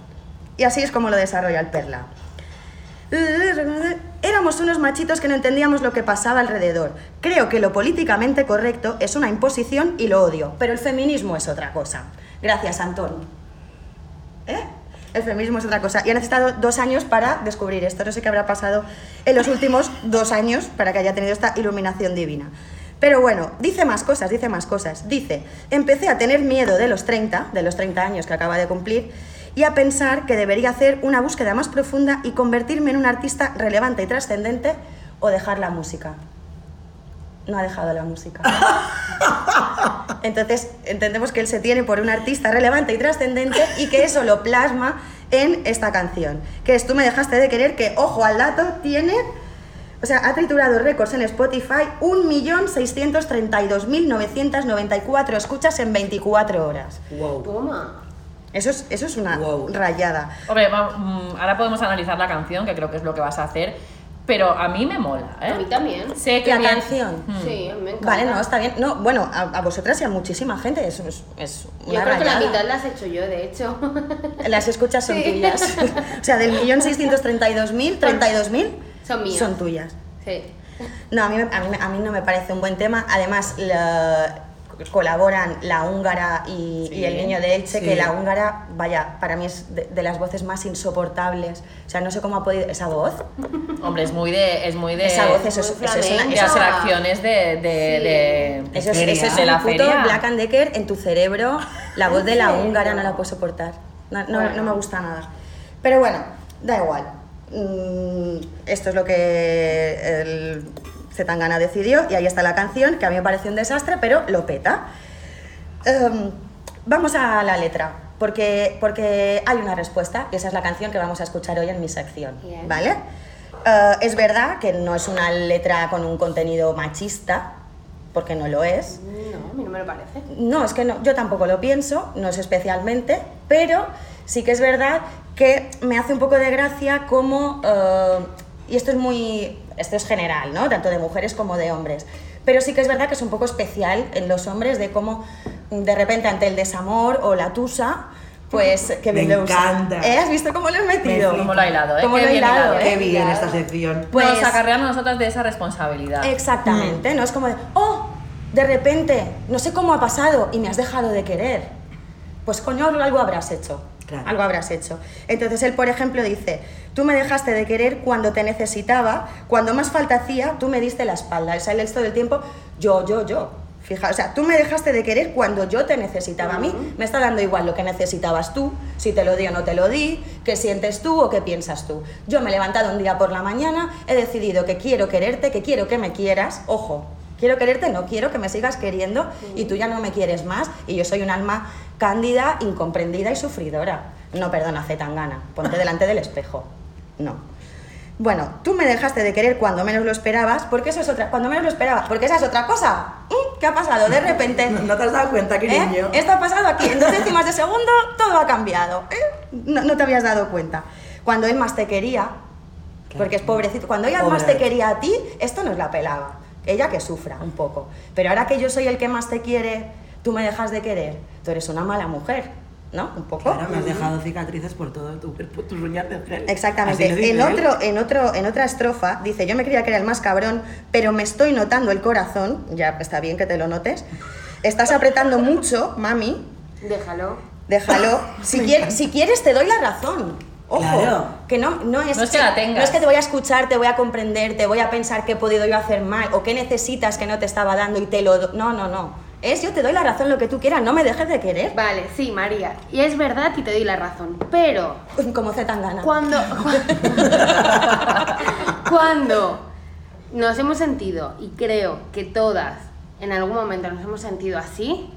S3: Y así es como lo desarrolla el Perla. Éramos unos machitos que no entendíamos lo que pasaba alrededor. Creo que lo políticamente correcto es una imposición y lo odio, pero el feminismo es otra cosa. Gracias, Antón. ¿Eh? El feminismo es otra cosa. Y he necesitado dos años para descubrir esto. No sé qué habrá pasado en los últimos dos años para que haya tenido esta iluminación divina. Pero bueno, dice más cosas, dice más cosas. Dice, empecé a tener miedo de los 30, de los 30 años que acaba de cumplir, y a pensar que debería hacer una búsqueda más profunda y convertirme en un artista relevante y trascendente o dejar la música. No ha dejado la música. Entonces entendemos que él se tiene por un artista relevante y trascendente y que eso lo plasma en esta canción, que es Tú me dejaste de querer, que ojo al dato, tiene, o sea, ha triturado récords en Spotify 1.632.994 escuchas en 24 horas. Pues,
S5: Wow.
S4: Toma.
S3: Eso es, eso es una
S5: Wow.
S3: rayada.
S2: Hombre, va- mm, ahora podemos analizar la canción, que creo que es lo que vas a hacer, pero a mí me mola, ¿eh?
S4: A mí también.
S2: Sé que
S3: La
S2: mi-
S3: canción.
S2: Mm.
S4: Sí, a mí me encanta.
S3: Vale, no, está bien. No, bueno, a, a vosotras y a muchísima gente, eso es, es
S4: Yo
S3: una
S4: creo que la
S3: rayada.
S4: mitad la has hecho yo, de hecho.
S3: Las escuchas son
S4: Sí.
S3: tuyas. O sea, del millón seiscientos treinta y dos mil, treinta y dos mil
S4: Son mías.
S3: Son tuyas.
S4: sí.
S3: No, a mí, me- a, mí, me- a mí no me parece un buen tema. Además, la- colaboran la húngara y,
S2: Sí.
S3: y el niño de Elche,
S5: Sí.
S3: que la húngara, vaya, para mí es de, de las voces más insoportables. O sea, no sé cómo ha podido... Esa voz,
S2: Hombre, es muy de... Es muy de
S3: esa voz, eso,
S4: muy
S3: es- eso es
S2: de
S3: una...
S4: flamenca.
S3: eso-
S2: hacer acciones de... de,
S4: Sí.
S2: de-
S3: eso es,
S5: feria.
S3: eso es
S2: De la
S3: un puto
S2: feria.
S3: Black and Decker en tu cerebro. La voz de la
S4: serio?
S3: húngara no la puedo soportar. No, no-
S4: Bueno.
S3: no me gusta nada. Pero bueno, da igual. Mm, esto es lo que el Zetangana decidió y ahí está la canción, que a mí me pareció un desastre, pero lo peta. Em, vamos a la letra, porque, porque hay una respuesta y esa es la canción que vamos a escuchar hoy en mi sección.
S4: Bien.
S3: ¿Vale? eh, es verdad que no es una letra con un contenido machista, porque no lo es.
S4: No, a mí no me lo parece.
S3: No, es que no, yo tampoco lo pienso, no es especialmente, pero sí que es verdad que me hace un poco de gracia como, eh, y esto es muy, esto es general, ¿no? Tanto de mujeres como de hombres, pero sí que es verdad que es un poco especial en los hombres de cómo de repente ante el desamor o la tusa, pues que
S5: Me
S3: bien lo usan.
S5: encanta.
S3: ¿Eh? ¿Has visto cómo lo he metido?
S5: flipa.
S2: Como lo ha hilado, ¿eh?
S3: Cómo
S2: Qué
S3: lo he
S2: bien
S3: hilado,
S2: hilado,
S3: ¿eh?
S5: Qué bien esta sección.
S3: Pues-
S2: Nos acarreamos nosotras de esa responsabilidad.
S3: Exactamente, no es como de, oh, de repente, no sé cómo ha pasado y me has dejado de querer. Pues coño, algo habrás hecho.
S5: Claro.
S3: Algo habrás hecho. Entonces él, por ejemplo, dice, tú me dejaste de querer cuando te necesitaba, cuando más falta hacía, tú me diste la espalda. O sea, él es todo el tiempo, yo, yo, yo. Fija, o sea, tú me dejaste de querer cuando yo te necesitaba a mí. Me está dando igual lo que necesitabas tú, si te lo di o no te lo di, qué sientes tú o qué piensas tú. Yo me he levantado un día por la mañana, he decidido que quiero quererte, que quiero que me quieras. Ojo, quiero quererte, no quiero que me sigas queriendo y tú ya no me quieres más y yo soy un alma cándida, incomprendida y sufridora. No, perdona, gana ponte delante del espejo. No. Bueno, tú me dejaste de querer cuando menos lo esperabas, porque eso es otra, cuando menos lo esperabas, porque esa es otra cosa. ¿Mm? ¿Qué ha pasado? De repente.
S5: No, no te has dado cuenta,
S3: ¿Eh?
S5: cariño.
S3: Esto ha pasado aquí, en dos décimas de segundo todo ha cambiado. ¿eh? No, no te habías dado cuenta. Cuando él más te quería, porque es pobrecito, cuando ella más te
S5: Pobre.
S3: quería a ti, esto nos la pelaba. Ella que sufra un poco. Pero ahora que yo soy el que más te quiere, tú me dejas de querer, tú eres una mala mujer, ¿no? Un poco.
S5: Claro, me has dejado cicatrices por todo tu cuerpo, tus uñas de gel. Así lo
S3: Exactamente.
S5: dice ¿eh?
S3: En,
S5: él.
S3: otro, en, otro, en otra estrofa dice, yo me creía que era el más cabrón, pero me estoy notando el corazón, ya está bien que te lo notes, estás apretando mucho, mami,
S4: Déjalo.
S3: déjalo, si, quier- si quieres te doy la razón. Ojo,
S5: Claro.
S3: que no, no, es,
S2: No es que la tengas.
S3: no es que te voy a escuchar, te voy a comprender, te voy a pensar qué he podido yo hacer mal o qué necesitas que no te estaba dando y te lo... do- No, no, no. Es yo te doy la razón lo que tú quieras, no me dejes de querer.
S4: Vale, sí, María. Y es verdad y te doy la razón. Pero
S3: Como Z tan gana.
S4: cuando. cuando nos hemos sentido, y creo que todas en algún momento nos hemos sentido así,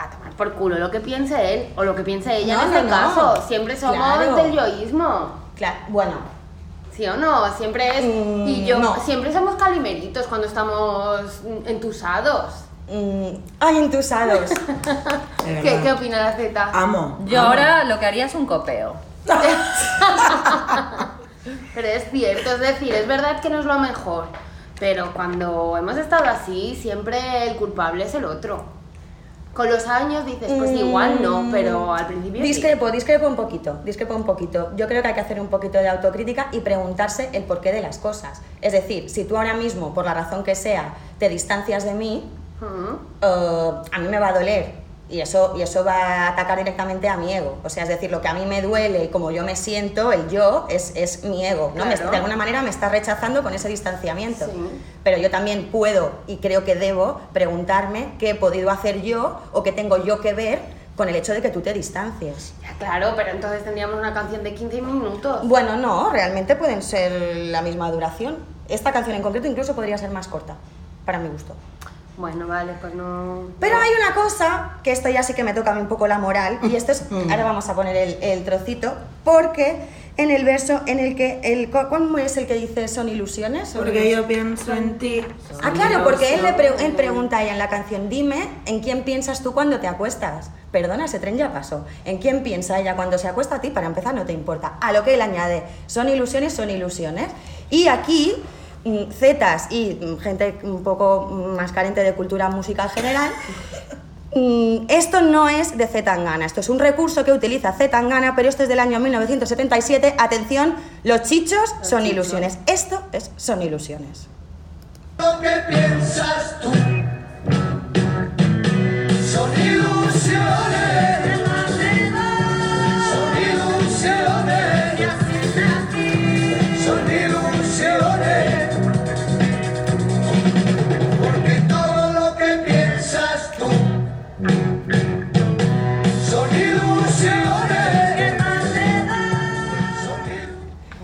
S4: a tomar por culo lo que piense él o lo que piense ella
S3: No,
S4: en este
S3: no, no.
S4: caso. Siempre somos
S3: Claro.
S4: del yoísmo.
S3: Claro, bueno,
S4: ¿Sí o no? Siempre es.
S3: Mm,
S4: y yo.
S3: no.
S4: Siempre somos calimeritos cuando estamos mm, entusados.
S3: mm, ay, entusados.
S5: De verdad.
S4: ¿Qué, ¿Qué opina la Z?
S5: Amo.
S2: Yo ahora lo que haría es un copeo.
S4: Pero es cierto, es decir, es verdad que no es lo mejor, pero cuando hemos estado así, siempre el culpable es el otro. Con los años dices, pues
S3: Eh,
S4: igual no, pero al principio sí.
S3: Mm. Discrepo, discrepo un poquito, discrepo un poquito. Yo creo que hay que hacer un poquito de autocrítica y preguntarse el porqué de las cosas. Es decir, si tú ahora mismo, por la razón que sea, te distancias de mí,
S4: Ujú.
S3: eh, a mí me va a doler. Y eso, y eso va a atacar directamente a mi ego. O sea, es decir, lo que a mí me duele y como yo me siento, el yo, es, es mi ego. ¿no? Me-
S4: Claro.
S3: de alguna manera me está rechazando con ese distanciamiento.
S4: Sí.
S3: Pero yo también puedo y creo que debo preguntarme qué he podido hacer yo o qué tengo yo que ver con el hecho de que tú te distancies.
S4: Ya, claro, pero entonces tendríamos una canción de 15 minutos.
S3: Bueno, no, realmente pueden ser la misma duración. Esta canción en concreto incluso podría ser más corta, para mi gusto.
S4: Bueno, vale, pues no.
S3: Pero hay una cosa, que esto ya sí que me toca a mí un poco la moral, y esto es, ahora vamos a poner el, el trocito, porque en el verso en el que, el, co- ¿cómo es el que dice son ilusiones? Son
S5: Porque yo pienso en ti.
S3: Ah, claro, porque él le pre- él pregunta a ella en la canción, dime, ¿en quién piensas tú cuando te acuestas? Perdona, ese tren ya pasó. ¿En quién piensa ella cuando se acuesta a ti? Para empezar, no te importa. A lo que él añade, son ilusiones, son ilusiones. Y aquí, mm, zetas y mm, gente un poco mm, más carente de cultura musical general, Mm, esto no es de Zetangana, esto es un recurso que utiliza Zetangana, pero esto es del año 1977. Atención, los chichos son ilusiones. Esto es son ilusiones.
S6: Lo que piensas tú son ilusiones, son ilusiones, son ilusiones, porque todo lo que piensas tú son ilusiones, son ilusiones.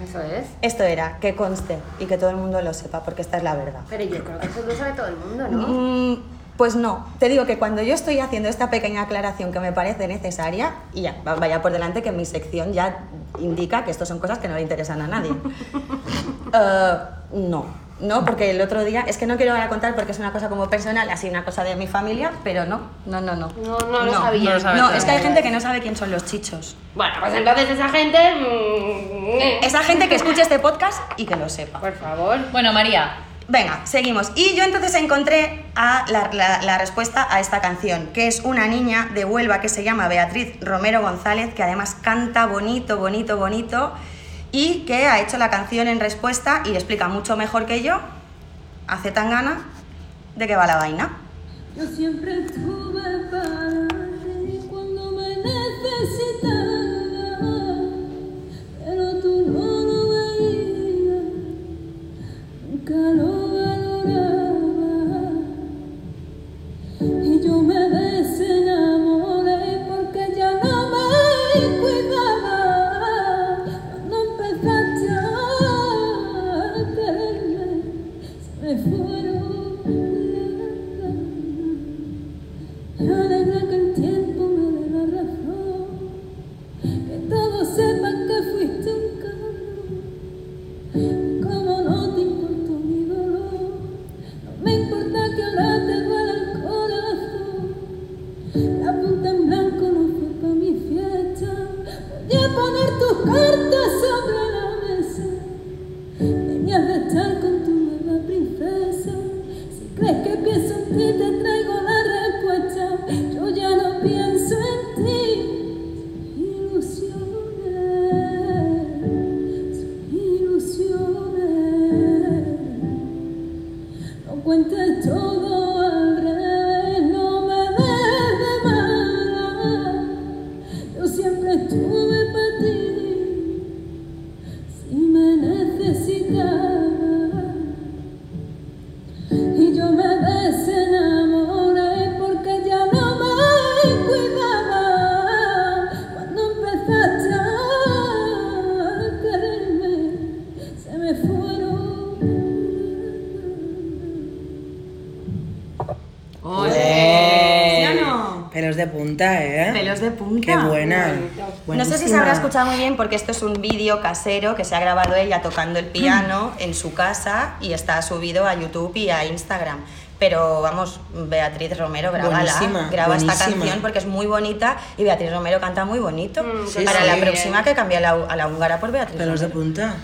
S4: Eso es.
S3: Esto era, que conste y que todo el mundo lo sepa, porque esta es la verdad.
S4: Pero yo creo que eso lo sabe todo el mundo, ¿no?
S3: Mm, Pues no, te digo que cuando yo estoy haciendo esta pequeña aclaración que me parece necesaria, y ya, va- vaya por delante que mi sección ya indica que esto son cosas que no le interesan a nadie. Eh, no, no, porque el otro día, es que no quiero ahora contar porque es una cosa como personal, así una cosa de mi familia, pero no, no, no, no.
S4: No, no lo sabía.
S2: no lo sabía.
S3: No, es que hay gente que no sabe quién son los chichos.
S4: Bueno, pues entonces esa gente. mm, eh,
S3: Esa gente que escuche este podcast y que lo sepa.
S4: Por favor.
S2: Bueno, María,
S3: Venga, seguimos. Y yo entonces encontré a la, la- la respuesta a esta canción, que es una niña de Huelva que se llama Beatriz Romero González, que además canta bonito, bonito, bonito, y que ha hecho la canción en respuesta y explica mucho mejor que yo, hace tan gana, de qué va la vaina.
S7: Yo siempre estuve para ti cuando me necesitabas, pero tú no lo veías, nunca lo valorabas. Y yo me desenamoré porque ya no me cuidaba. Cuando empezaste a quererme, se me fueron las ganas. Me alegra que el tiempo me dé la razón. Que todos sepan que fuiste un cabrón. Como no te importó mi dolor. No me importa que ahora te duela el corazón. La punta en blanco no fue para mi fiesta. Voy a poner tus cartas sobre la mesa. Tenías de estar con tu nueva princesa. Si crees que pienso en ti, te traigo la respuesta. Yo ya no pienso en ti. Ilusiones, ilusiones. No cuentes todo al revés, no me des de mala. Yo siempre estuve para ti, si me necesitabas. Y yo me desenamoré porque ya no me cuidaba. Cuando empezaste a quererme, se me fueron.
S3: ¿Sí o no?
S5: Eh, Pelos de punta, ¿eh?
S3: Pelos de punta.
S5: Qué buena.
S3: No sé si se
S5: Buenísima.
S3: habrá escuchado muy bien porque esto es un vídeo casero que se ha grabado ella tocando el piano
S5: Mm.
S3: en su casa y está subido a YouTube y a Instagram. Pero vamos, Beatriz Romero, grábala,
S5: Buenísima,
S3: graba esta
S5: buenísima.
S3: canción porque es muy bonita y Beatriz Romero canta muy bonito.
S5: Mm, sí,
S3: Para
S5: sí.
S3: la próxima que cambie a la, a la húngara por Beatriz
S5: Pelos de
S3: Romero.
S5: punta.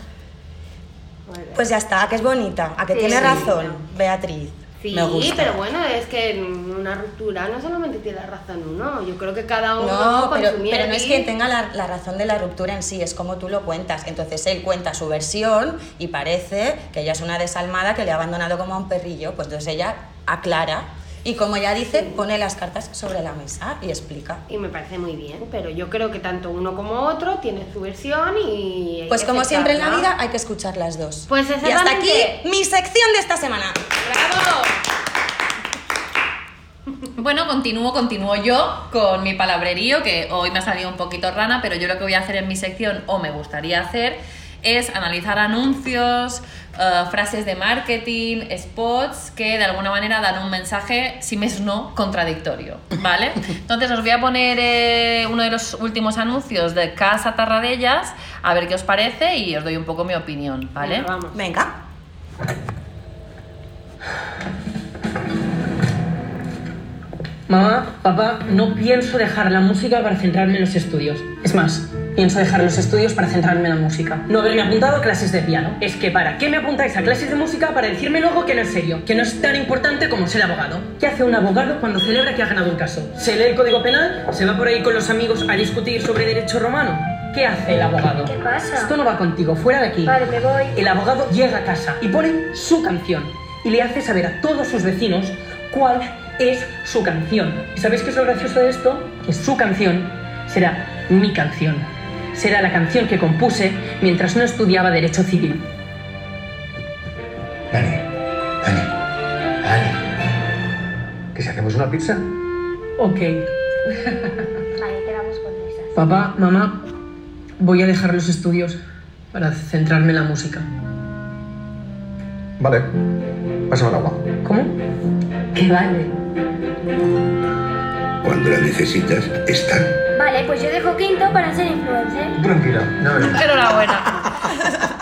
S3: Pues ya está, a que es bonita, a que
S4: Sí,
S3: tiene
S4: sí.
S3: razón, Beatriz.
S4: Sí,
S5: Me gusta.
S4: pero bueno, es que en una ruptura no solamente tiene razón uno. Yo creo que cada uno
S3: No, pero,
S4: consumía
S3: pero no es
S4: aquí.
S3: que tenga la, la razón de la ruptura en sí, es como tú lo cuentas. Entonces él cuenta su versión y parece que ella es una desalmada que le ha abandonado como a un perrillo. Pues entonces ella aclara y como ya dice, pone las cartas sobre la mesa y explica.
S4: Y me parece muy bien, pero yo creo que tanto uno como otro tiene su versión y. hay
S3: Pues
S4: que
S3: como siempre en la vida
S4: aceptarla.
S3: hay que escuchar las dos.
S4: Pues
S3: y hasta aquí
S4: exactamente.
S3: mi sección de esta semana.
S4: ¡Bravo!
S2: Bueno, continúo, continúo yo con mi palabrerío, que hoy me ha salido un poquito rana, pero yo lo que voy a hacer en mi sección, o me gustaría hacer, es analizar anuncios, eh, frases de marketing, spots, que de alguna manera dan un mensaje, si mes no, contradictorio, ¿vale? Entonces os voy a poner eh, uno de los últimos anuncios de Casa Tarradellas, a ver qué os parece y os doy un poco mi opinión, ¿vale?
S4: Venga, vamos.
S3: Venga.
S8: Mamá, papá, no pienso dejar la música para centrarme en los estudios. Es más, pienso dejar los estudios para centrarme en la música. No haberme apuntado a clases de piano. Es que para qué me apuntáis a clases de música para decirme luego que no es serio, que no es tan importante como ser abogado. ¿Qué hace un abogado cuando celebra que ha ganado un caso? ¿Se lee el código penal? ¿Se va por ahí con los amigos a discutir sobre derecho romano? ¿Qué hace el abogado?
S9: ¿Qué pasa?
S8: Esto no va contigo, fuera de aquí.
S9: Vale, me voy.
S8: El abogado llega a casa y pone su canción y le hace saber a todos sus vecinos cuál es su canción. ¿Y sabéis qué es lo gracioso de esto? Que su canción será mi canción. Será la canción que compuse mientras no estudiaba Derecho Civil.
S6: Dani, Dani, Dani. ¿Que si hacemos una pizza?
S8: Ok.
S9: Vale, quedamos con esas.
S8: Papá, mamá, voy a dejar los estudios para centrarme en la música.
S6: Vale. Pásame el agua.
S8: ¿Cómo? Que vale.
S10: Cuando la necesitas, está.
S9: Vale, pues yo dejo quinto para ser influencer.
S6: Tranquila, ya verás.
S2: Enhorabuena.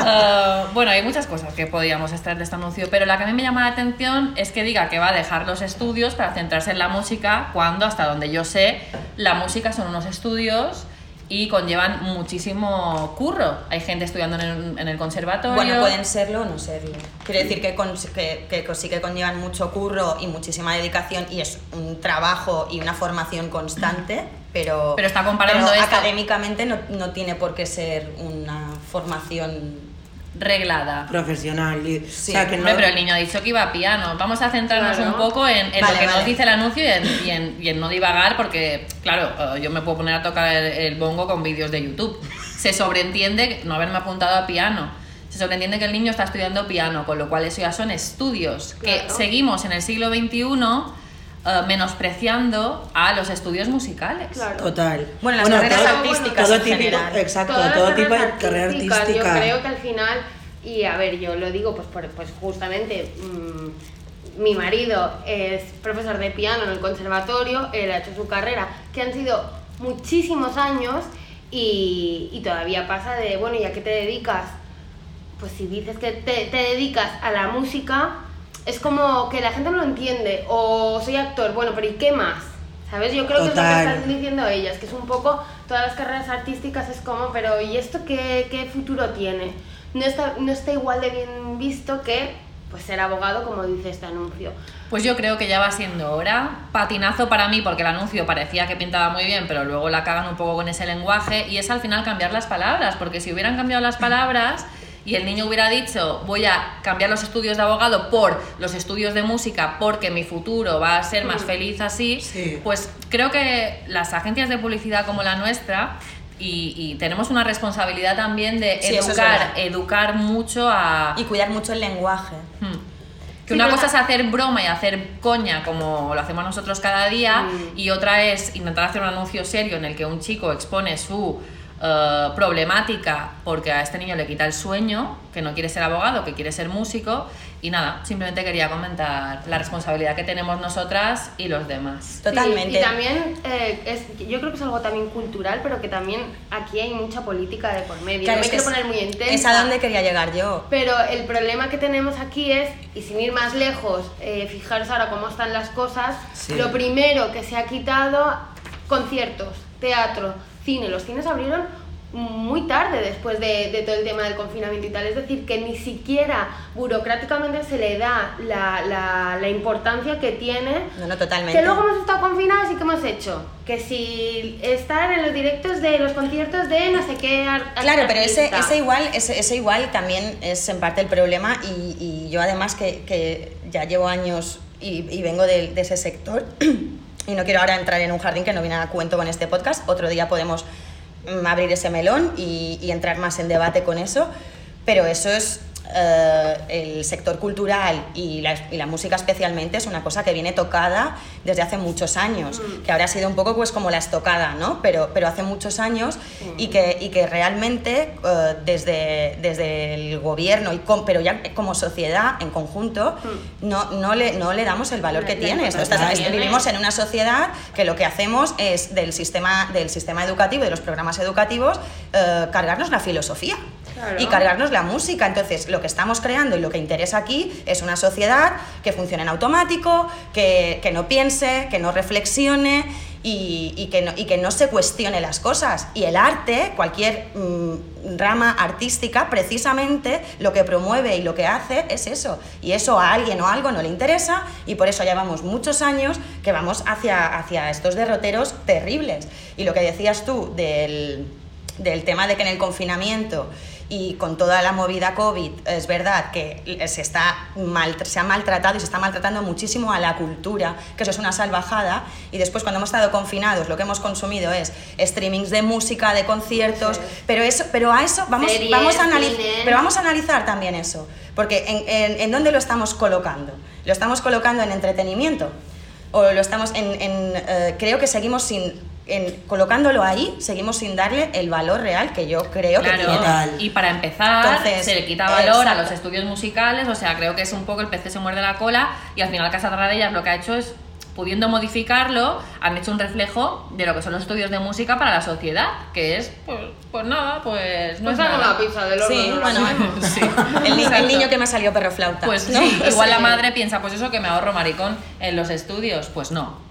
S2: Eh, bueno, hay muchas cosas que podíamos extraer de este anuncio, pero la que a mí me llama la atención es que diga que va a dejar los estudios para centrarse en la música, cuando, hasta donde yo sé, la música son unos estudios y conllevan muchísimo curro. Hay gente estudiando en el, en el conservatorio.
S3: Bueno, pueden serlo o no serlo. Quiero decir que, con- que, que con- sí que conllevan mucho curro y muchísima dedicación y es un trabajo y una formación constante, pero,
S2: Pero está comparando
S3: pero
S2: esto-
S3: académicamente no, no tiene por qué ser una formación...
S2: reglada.
S5: Profesional. y-
S3: Sí,
S5: o sea, que no,
S2: Hombre, pero el niño ha dicho que iba a piano. Vamos a centrarnos
S4: Claro.
S2: un poco en, en
S3: Vale,
S2: lo que nos
S3: vale.
S2: dice el anuncio y en, y en- y en no divagar, porque, claro, eh, yo me puedo poner a tocar el, el bongo con vídeos de YouTube. Se sobreentiende no haberme apuntado a piano. Se sobreentiende que el niño está estudiando piano, con lo cual eso ya son estudios que
S4: Claro.
S2: seguimos en el siglo XXI eh, menospreciando a los estudios musicales.
S4: Claro.
S5: Total.
S3: Bueno, las carreras
S4: artísticas
S5: todo
S3: en
S5: tipo-
S3: general.
S5: Exacto,
S4: Todas las
S5: todo tipo de
S4: carreras
S5: carrera
S4: artísticas,
S5: artística.
S4: Yo creo que al final, y a ver, yo lo digo pues, por- pues justamente, mm, mi marido es profesor de piano en el conservatorio, él ha hecho su carrera, que han sido muchísimos años y, y todavía pasa de, bueno, ¿y a qué te dedicas? Pues si dices que te, te dedicas a la música, es como que la gente no lo entiende, o soy actor, bueno, pero ¿y qué más? ¿Sabes? Yo creo que es lo que
S5: Total.
S4: están diciendo ellas, que es un poco, todas las carreras artísticas es como, pero ¿y esto qué, qué futuro tiene? No está, no está igual de bien visto que pues ser abogado, como dice este anuncio.
S2: Pues yo creo que ya va siendo hora. Patinazo para mí, porque el anuncio parecía que pintaba muy bien, pero luego la cagan un poco con ese lenguaje. Y es al final cambiar las palabras, porque si hubieran cambiado las palabras y el niño hubiera dicho, voy a cambiar los estudios de abogado por los estudios de música, porque mi futuro va a ser
S3: Mm.
S2: más feliz así,
S5: Sí.
S2: pues creo que las agencias de publicidad como la nuestra. Y, y tenemos una responsabilidad también de
S3: Sí, eso es
S2: educar,
S3: verdad.
S2: educar mucho a,
S3: Y cuidar mucho el lenguaje.
S2: Hmm. Que
S4: Sí,
S2: una
S4: pero
S2: cosa es
S4: la-
S2: hacer broma y hacer coña como lo hacemos nosotros cada día
S4: Mm.
S2: y otra es intentar hacer un anuncio serio en el que un chico expone su eh, problemática porque a este niño le quita el sueño, que no quiere ser abogado, que quiere ser músico y nada, simplemente quería comentar la responsabilidad que tenemos nosotras y los demás.
S3: Totalmente.
S4: Sí, y también, eh, es, yo creo que es algo también cultural, pero que también aquí hay mucha política de por medio.
S3: Claro,
S4: no me
S3: es que
S4: quiero
S3: es-
S4: poner muy intensa.
S3: Es a donde quería llegar yo.
S4: Pero el problema que tenemos aquí es, y sin ir más lejos, eh, fijaros ahora cómo están las cosas,
S5: Sí.
S4: lo primero que se ha quitado, conciertos, teatro, cine, los cines abrieron muy tarde después de, de todo el tema del confinamiento y tal, es decir, que ni siquiera burocráticamente se le da la, la- la importancia que tiene.
S3: No, no, totalmente.
S4: Que luego hemos estado confinados y que hemos hecho. Que si estar en los directos de los conciertos de no sé qué ar-
S3: Claro, pero ese,
S4: artista.
S3: ese igual, ese, ese igual también es en parte el problema y, y yo además que, que ya llevo años y, y vengo del- de, ese sector y no quiero ahora entrar en un jardín que no viene a cuento con este podcast, otro día podemos mm, abrir ese melón y, y entrar más en debate con eso, pero eso es... eh, el sector cultural y la, y la música especialmente es una cosa que viene tocada desde hace muchos años,
S4: Mm.
S3: que ahora ha sido un poco pues como la estocada, ¿no? Pero, pero hace muchos años y
S4: Mm.
S3: que, y que realmente eh, desde, desde el gobierno, y con- pero ya como sociedad en conjunto, no, no, le, no le damos el valor que
S4: Mm. La- la
S3: tiene. Esto está-
S4: importancia que tiene.
S3: vivimos en una sociedad que lo que hacemos es del sistema, del sistema educativo y de los programas educativos eh, cargarnos la filosofía.
S4: Claro.
S3: Y cargarnos la música. Entonces, lo que estamos creando y lo que interesa aquí es una sociedad que funcione en automático, que, que no piense, que no reflexione y, y que no, y que no se cuestione las cosas. Y el arte, cualquier mm, rama artística, precisamente lo que promueve y lo que hace es eso. Y eso a alguien o algo no le interesa y por eso llevamos muchos años que vamos hacia, hacia estos derroteros terribles. Y lo que decías tú del del tema de que en el confinamiento y con toda la movida COVID es verdad que se, está mal, se ha maltratado y se está maltratando muchísimo a la cultura, que eso es una salvajada, y después cuando hemos estado confinados lo que hemos consumido es streamings de música, de conciertos,
S4: Eso es.
S3: pero, eso, pero a eso vamos,
S4: Series,
S3: vamos a anali-
S4: cine.
S3: pero vamos a analizar también eso, porque en, en- en dónde lo estamos colocando? ¿Lo estamos colocando en entretenimiento? ¿O lo estamos en... en, eh, creo que seguimos sin... en- colocándolo ahí, seguimos sin darle el valor real que yo creo que tiene.
S5: Total.
S2: y para empezar,
S3: Entonces,
S2: se le quita valor a los
S3: exacto.
S2: estudios musicales, o sea, creo que es un poco el pez que se muerde la cola y al final Casa de ellas lo que ha hecho es pudiendo modificarlo, han hecho un reflejo de lo que son los estudios de música para la sociedad, que es, pues, pues nada, pues no
S4: Pues
S2: es
S4: hago
S2: nada.
S4: la pizza del horno.
S3: Sí,
S4: no la
S3: bueno,
S4: sé.
S2: Sí.
S3: El, ni- el
S2: Exacto.
S3: niño que me salió perro flauta.
S2: Pues
S3: ¿no?
S2: sí,
S3: O
S2: igual la
S3: sea,
S2: madre piensa, pues eso que me ahorro maricón en los estudios. Pues no.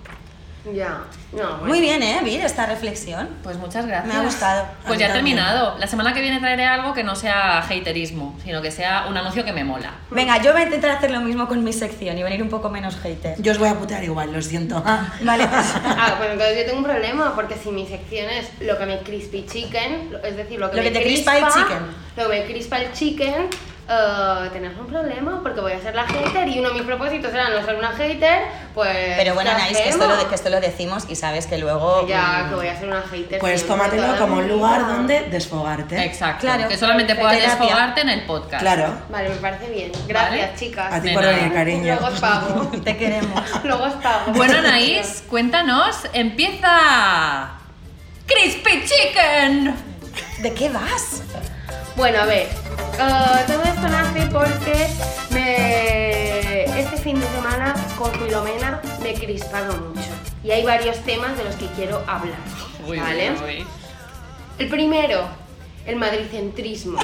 S4: Ya. No, bueno.
S3: Muy bien, ¿eh? Vir, esta reflexión.
S2: Pues muchas gracias.
S3: Me ha gustado. A
S2: Pues
S3: mí
S2: ya he
S3: también.
S2: terminado. La semana que viene traeré algo que no sea haterismo, sino que sea un anuncio que me mola.
S3: Venga, yo voy a intentar hacer lo mismo con mi sección y venir un poco menos hater.
S5: Yo os voy a putear igual, lo siento.
S3: Vale.
S4: Ah, pues entonces yo tengo un problema, porque si mi sección es lo que me crispy chicken, lo- es decir, lo que,
S3: Lo
S4: me
S3: que te crispa el chicken.
S4: Lo que me crispa el chicken, eh, tenemos un problema porque voy a ser la hater y uno de mis propósitos era no ser una hater, pues.
S3: Pero bueno,
S4: ¿qué
S3: Anaís, que esto, lo de-
S4: hacemos?
S3: que esto lo decimos y sabes que luego.
S4: Ya,
S3: mm,
S4: que voy a ser una hater.
S5: Pues
S4: siempre,
S5: tómatelo
S4: toda
S5: como un
S4: mi
S5: lugar
S4: vida.
S5: donde desfogarte.
S2: Exacto.
S3: ¿Eh? Claro.
S2: que solamente puedas
S3: Terapia.
S2: desfogarte en el podcast.
S5: Claro.
S4: Vale, me parece bien. Gracias,
S2: Vale.
S4: chicas.
S5: A ti
S2: De
S5: por
S2: nada.
S5: venir, cariño.
S4: Luego os pago.
S3: Te queremos.
S4: Luego os pago.
S2: Bueno, Anaís, cuéntanos. Empieza. Crispy Chicken.
S3: ¿De qué vas?
S4: Bueno, a ver, eh, todo esto nace porque me, este fin de semana con Filomena me he crispado mucho. Y hay varios temas de los que quiero hablar. ¿Vale? El primero, el madricentrismo.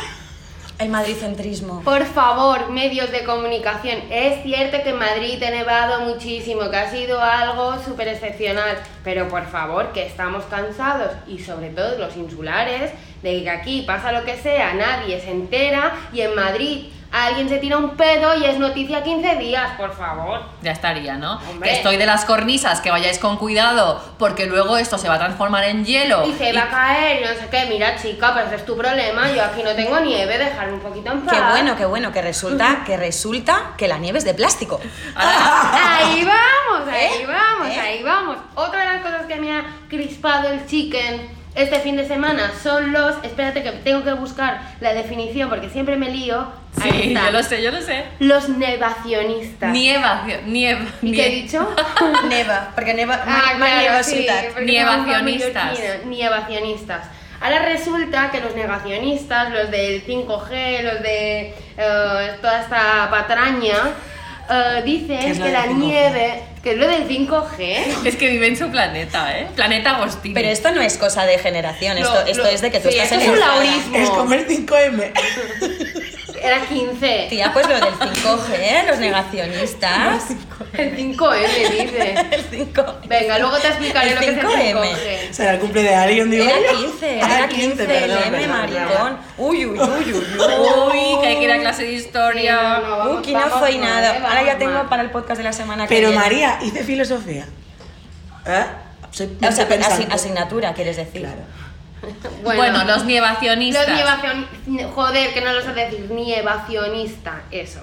S3: El madricentrismo.
S4: Por favor, medios de comunicación. Es cierto que en Madrid te ha nevado muchísimo, que ha sido algo súper excepcional, pero por favor, que estamos cansados y sobre todo los insulares de que aquí pasa lo que sea, nadie se entera y en Madrid alguien se tira un pedo y es noticia 15 días, por favor.
S2: Ya estaría, ¿no?
S4: Hombre.
S2: Que estoy de las cornisas, que vayáis con cuidado, porque luego esto se va a transformar en hielo.
S4: Y se va a caer, no sé qué, mira chica, pero ese es tu problema, yo aquí no tengo nieve, dejarme un poquito en paz.
S3: Qué bueno, qué bueno, que resulta, que resulta que la nieve es de plástico.
S4: Ah.
S2: Ah,
S4: Ahí vamos, ahí
S3: ¿Eh?
S4: vamos,
S3: ¿Eh?
S4: ahí vamos. Otra de las cosas que me ha crispado el chicken este fin de semana son los. Espérate que tengo que buscar la definición porque siempre me lío. Ahí
S2: Sí,
S4: está.
S2: yo lo sé, yo lo sé.
S4: Los nevacionistas.
S2: Nieva, nieva.
S4: ¿Y qué he dicho?
S3: Neva, porque neva,
S4: Ah,
S3: más
S4: claro, sí,
S3: nievosita.
S4: porque
S2: Nievacionistas.
S4: somos mallorquina- Nievacionistas. Ahora resulta que los negacionistas, los del 5G, los de eh, toda esta patraña, eh,
S5: ¿Qué es
S4: dicen
S5: lo
S4: que
S5: del
S4: la
S5: 5G?
S4: nieve, que es lo del 5G,
S2: Es que vive en su planeta, ¿eh? Planeta Agostini.
S3: Pero esto no es cosa de generación, esto,
S4: Lo-
S3: esto
S4: lo-
S3: es de que tú
S4: sí, ¿eh?
S3: estás en
S4: esto es un
S3: Irlanda.
S4: laurismo.
S5: Es comer 5M.
S4: Era 15.
S3: Tía, pues lo del 5G, los negacionistas.
S4: El 5M, dice.
S3: El 5
S4: Venga, luego te explicaré
S3: El
S4: lo que es el
S3: 5M.
S4: 5G.
S5: Será el cumple de alguien, digo.
S3: Era
S5: "Ay,
S3: 15, era 15,
S5: perdón,
S3: M,
S5: perdón, perdón".
S3: maricón. Uy, uy, uy, uy.
S2: Uy, que hay que ir a clase de
S4: Sí, no,
S2: historia.
S4: no, vamos,
S3: Uki, no
S4: vamos
S3: fue
S4: mal,
S3: nada.
S4: eh,
S3: Ahora
S4: vamos
S3: ya tengo
S4: mal.
S3: para el podcast de la semana que
S5: Pero
S3: viene.
S5: María, hice filosofía. ¿Eh? Soy
S3: O sea,
S5: pensante.
S3: asi- asignatura, quieres decir.
S5: Claro.
S2: Bueno, los nievacionistas.
S4: Los nievacion- Joder, que no lo sé decir, nievacionista, eso.